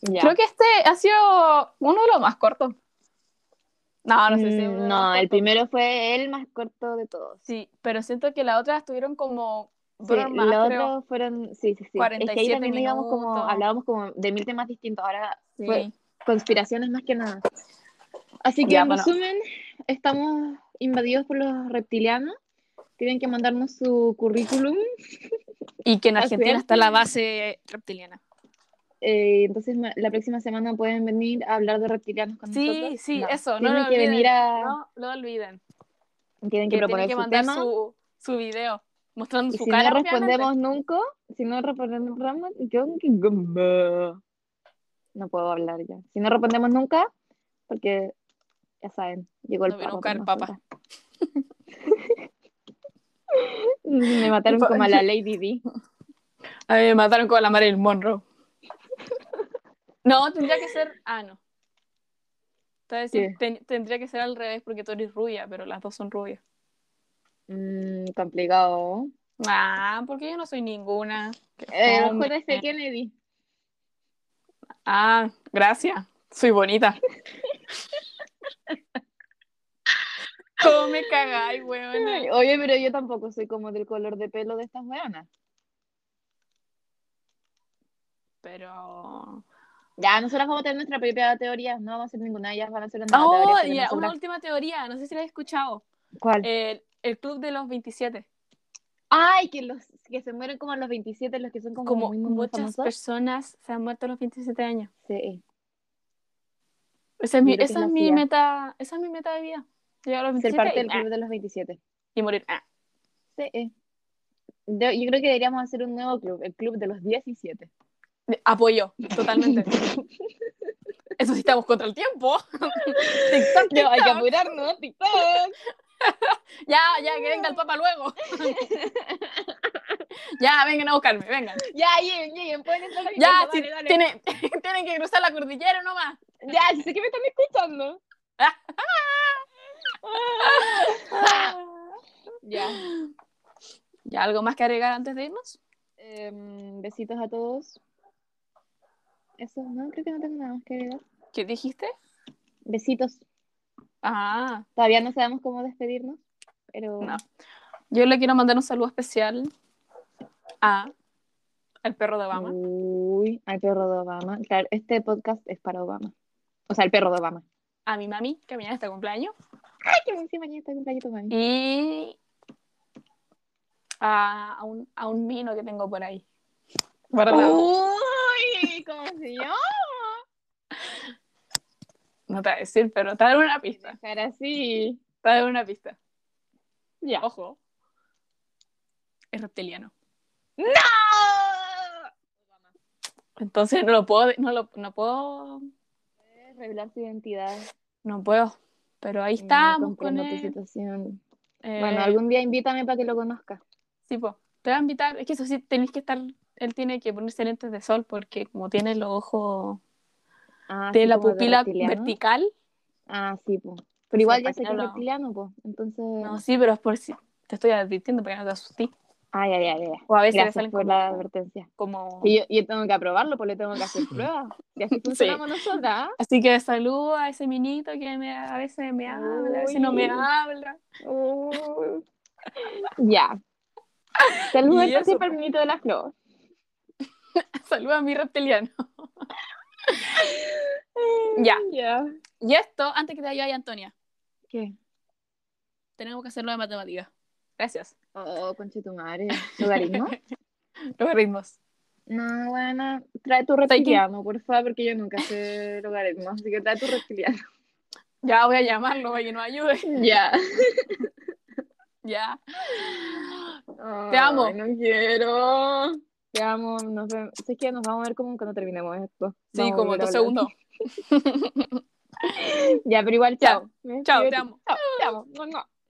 Speaker 1: Ya.
Speaker 2: creo que este ha sido uno de los más cortos. No, no sé si. es uno de
Speaker 1: Mm,
Speaker 2: los
Speaker 1: No,
Speaker 2: más
Speaker 1: el
Speaker 2: cortos.
Speaker 1: primero fue el más corto de todos.
Speaker 2: Sí, pero siento que las otras estuvieron como.
Speaker 1: Sí,
Speaker 2: fueron más, creo.
Speaker 1: lo otro fueron, sí, sí, sí. es que
Speaker 2: 47
Speaker 1: ahí también digamos como,
Speaker 2: minutos.
Speaker 1: hablábamos como de mil temas distintos, ahora
Speaker 2: Sí.
Speaker 1: fue conspiraciones más que nada. Así que
Speaker 2: Ya,
Speaker 1: en
Speaker 2: bueno.
Speaker 1: resumen, estamos invadidos por los reptilianos, tienen que mandarnos su currículum,
Speaker 2: Y que en
Speaker 1: Así
Speaker 2: Argentina
Speaker 1: es.
Speaker 2: está la base reptiliana.
Speaker 1: eh, entonces ma- la próxima semana pueden venir a hablar de reptilianos con
Speaker 2: Sí,
Speaker 1: nosotros.
Speaker 2: sí, eso, no
Speaker 1: tienen
Speaker 2: lo
Speaker 1: que
Speaker 2: olviden.
Speaker 1: venir a,
Speaker 2: No lo olviden.
Speaker 1: tienen Ah. que
Speaker 2: Que
Speaker 1: proponer
Speaker 2: tienen que
Speaker 1: su
Speaker 2: mandar
Speaker 1: tema,
Speaker 2: su, su video mostrando
Speaker 1: y
Speaker 2: su
Speaker 1: si
Speaker 2: cara.
Speaker 1: no
Speaker 2: obviamente.
Speaker 1: respondemos nunca, si no respondemos, yo no puedo hablar ya. Si no respondemos nunca, porque ya saben, llegó el
Speaker 2: No vino
Speaker 1: papa.
Speaker 2: nunca el
Speaker 1: por
Speaker 2: Papa.
Speaker 1: nosotras. Me mataron
Speaker 2: pa-
Speaker 1: como a la Lady Di.
Speaker 2: A mí me mataron con la Marilyn Monroe. No, tendría que ser. Ah, no. Te voy a decir,
Speaker 1: ¿Qué?
Speaker 2: ten- tendría que ser al revés porque tú eres rubia, pero las dos son rubias.
Speaker 1: Mm, complicado.
Speaker 2: Ah, porque yo no soy ninguna. Qué
Speaker 1: Eh,
Speaker 2: fome.
Speaker 1: J.F. Kennedy.
Speaker 2: Ah, gracias. Soy bonita. ¿Cómo me cagáis, weón?
Speaker 1: Oye, pero yo tampoco soy como del color de pelo de estas weonas.
Speaker 2: Pero.
Speaker 1: Ya, nosotras vamos a tener nuestra propia teoría. No vamos a hacer ninguna, ellas van a hacer una
Speaker 2: Oh,
Speaker 1: teoría. porque
Speaker 2: ya, una
Speaker 1: nosotras-
Speaker 2: última teoría. No sé si la has escuchado.
Speaker 1: ¿Cuál?
Speaker 2: El, el club de los 27.
Speaker 1: Ay, que los que se mueren como a los 27, los que son como,
Speaker 2: Como
Speaker 1: muy, muy, muy
Speaker 2: muchas
Speaker 1: famosos.
Speaker 2: personas se han muerto a los 27 años.
Speaker 1: Sí. eh,
Speaker 2: Esa es mi,
Speaker 1: Yo creo
Speaker 2: esa
Speaker 1: que es
Speaker 2: es
Speaker 1: la
Speaker 2: mi
Speaker 1: CIA.
Speaker 2: meta, esa es mi meta de vida. Llegar a los
Speaker 1: Ser
Speaker 2: 27
Speaker 1: parte
Speaker 2: y,
Speaker 1: del club
Speaker 2: ah,
Speaker 1: de los 27.
Speaker 2: y morir. ah.
Speaker 1: Sí. eh. Yo, yo creo que deberíamos hacer un nuevo club, el club de los 17.
Speaker 2: Apoyo, totalmente. Eso sí estamos contra el tiempo. Tic-tac,
Speaker 1: No, hay que
Speaker 2: tic-tac.
Speaker 1: apurarnos, TikTok.
Speaker 2: Ya, ya, que venga el papa luego. Ya, vengan a buscarme, vengan.
Speaker 1: Ya, lleguen, lleguen, pueden entrar a mi
Speaker 2: Ya,
Speaker 1: casa,
Speaker 2: si
Speaker 1: dale, dale.
Speaker 2: tienen, tienen que cruzar la cordillera nomás.
Speaker 1: Ya, si sé que me están escuchando. ya.
Speaker 2: ¿Ya algo más que agregar antes de irnos?
Speaker 1: Em, besitos a todos. Eso, no, creo que no tengo nada más que agregar.
Speaker 2: ¿Qué dijiste?
Speaker 1: Besitos.
Speaker 2: Ah,
Speaker 1: Todavía no sabemos cómo despedirnos, pero
Speaker 2: No. yo le quiero mandar un saludo especial a el perro de Obama.
Speaker 1: Uy, al perro de Obama. Claro, este podcast es para Obama. O sea, el perro de Obama.
Speaker 2: a mi mami, que mañana está de cumpleaños,
Speaker 1: Ay, que encima mañana está el cumpleaños de tu mami.
Speaker 2: y a, a un, a un vino que tengo por ahí. Guardado.
Speaker 1: Uh. Uy, ¿cómo se llama?
Speaker 2: No te voy a decir, pero te voy a dar una pista.
Speaker 1: Cara así.
Speaker 2: Te voy a dar una pista.
Speaker 1: Ya.
Speaker 2: Ojo. Es reptiliano.
Speaker 1: ¡No!
Speaker 2: Entonces no lo puedo, no lo no puedo,
Speaker 1: Puedes revelar su identidad.
Speaker 2: no puedo. Pero ahí
Speaker 1: No
Speaker 2: estamos con
Speaker 1: comprendo tu
Speaker 2: él.
Speaker 1: situación.
Speaker 2: Eh,
Speaker 1: Bueno, algún día invítame para que lo conozca.
Speaker 2: Sí, po. Te va a invitar. Es que eso sí, tenéis que estar. Él tiene que ponerse lentes de sol porque, como tiene los ojos
Speaker 1: Ah,
Speaker 2: de
Speaker 1: así
Speaker 2: la
Speaker 1: como
Speaker 2: pupila
Speaker 1: reptiliano.
Speaker 2: vertical.
Speaker 1: Ah, sí, pues. Pero igual
Speaker 2: Sí,
Speaker 1: ya
Speaker 2: para
Speaker 1: sé
Speaker 2: que
Speaker 1: que es
Speaker 2: no lo-
Speaker 1: reptiliano, pues. Entonces.
Speaker 2: No, sí, pero es por si. Te estoy advirtiendo para que no te asustes.
Speaker 1: Ay, ay, ay, ay.
Speaker 2: O a veces le
Speaker 1: Gracias
Speaker 2: salen
Speaker 1: por
Speaker 2: como.
Speaker 1: la advertencia.
Speaker 2: como-
Speaker 1: Y yo, yo tengo que aprobarlo, pues le tengo que hacer pruebas. Y así funcionamos nosotras.
Speaker 2: Así que saludo a ese minito que me, a veces me habla, a veces no me
Speaker 1: Uy.
Speaker 2: habla.
Speaker 1: Uy. Ya.
Speaker 2: Uh.
Speaker 1: Saludos
Speaker 2: Y
Speaker 1: entonces
Speaker 2: eso,
Speaker 1: para el minito de la flor.
Speaker 2: Saluda a mi reptiliano. Ya.
Speaker 1: Ya.
Speaker 2: Y esto, antes que te vaya, Antonia,
Speaker 1: ¿Qué?
Speaker 2: tenemos que hacerlo de matemáticas. Gracias.
Speaker 1: Oh, conche tu madre. ¿Logaritmo?
Speaker 2: Logaritmos.
Speaker 1: No, bueno, trae tu
Speaker 2: que-
Speaker 1: reptiliano, por favor, porque yo nunca sé logaritmo, así que trae tu reptiliano.
Speaker 2: Ya voy a llamarlo para que nos ayude.
Speaker 1: Ya.
Speaker 2: Ya.
Speaker 1: Ay,
Speaker 2: amo.
Speaker 1: No quiero. Te amo. Nos vemos. Sé que nos vamos a ver como cuando terminemos esto.
Speaker 2: Sí,
Speaker 1: Vamos a
Speaker 2: como
Speaker 1: volver a
Speaker 2: dos
Speaker 1: hablar.
Speaker 2: segundos.
Speaker 1: Ya, pero igual,
Speaker 2: Ya.
Speaker 1: chao. Me
Speaker 2: Chao,
Speaker 1: despido de
Speaker 2: te
Speaker 1: ti.
Speaker 2: amo.
Speaker 1: Chao, te amo. Mua, mua.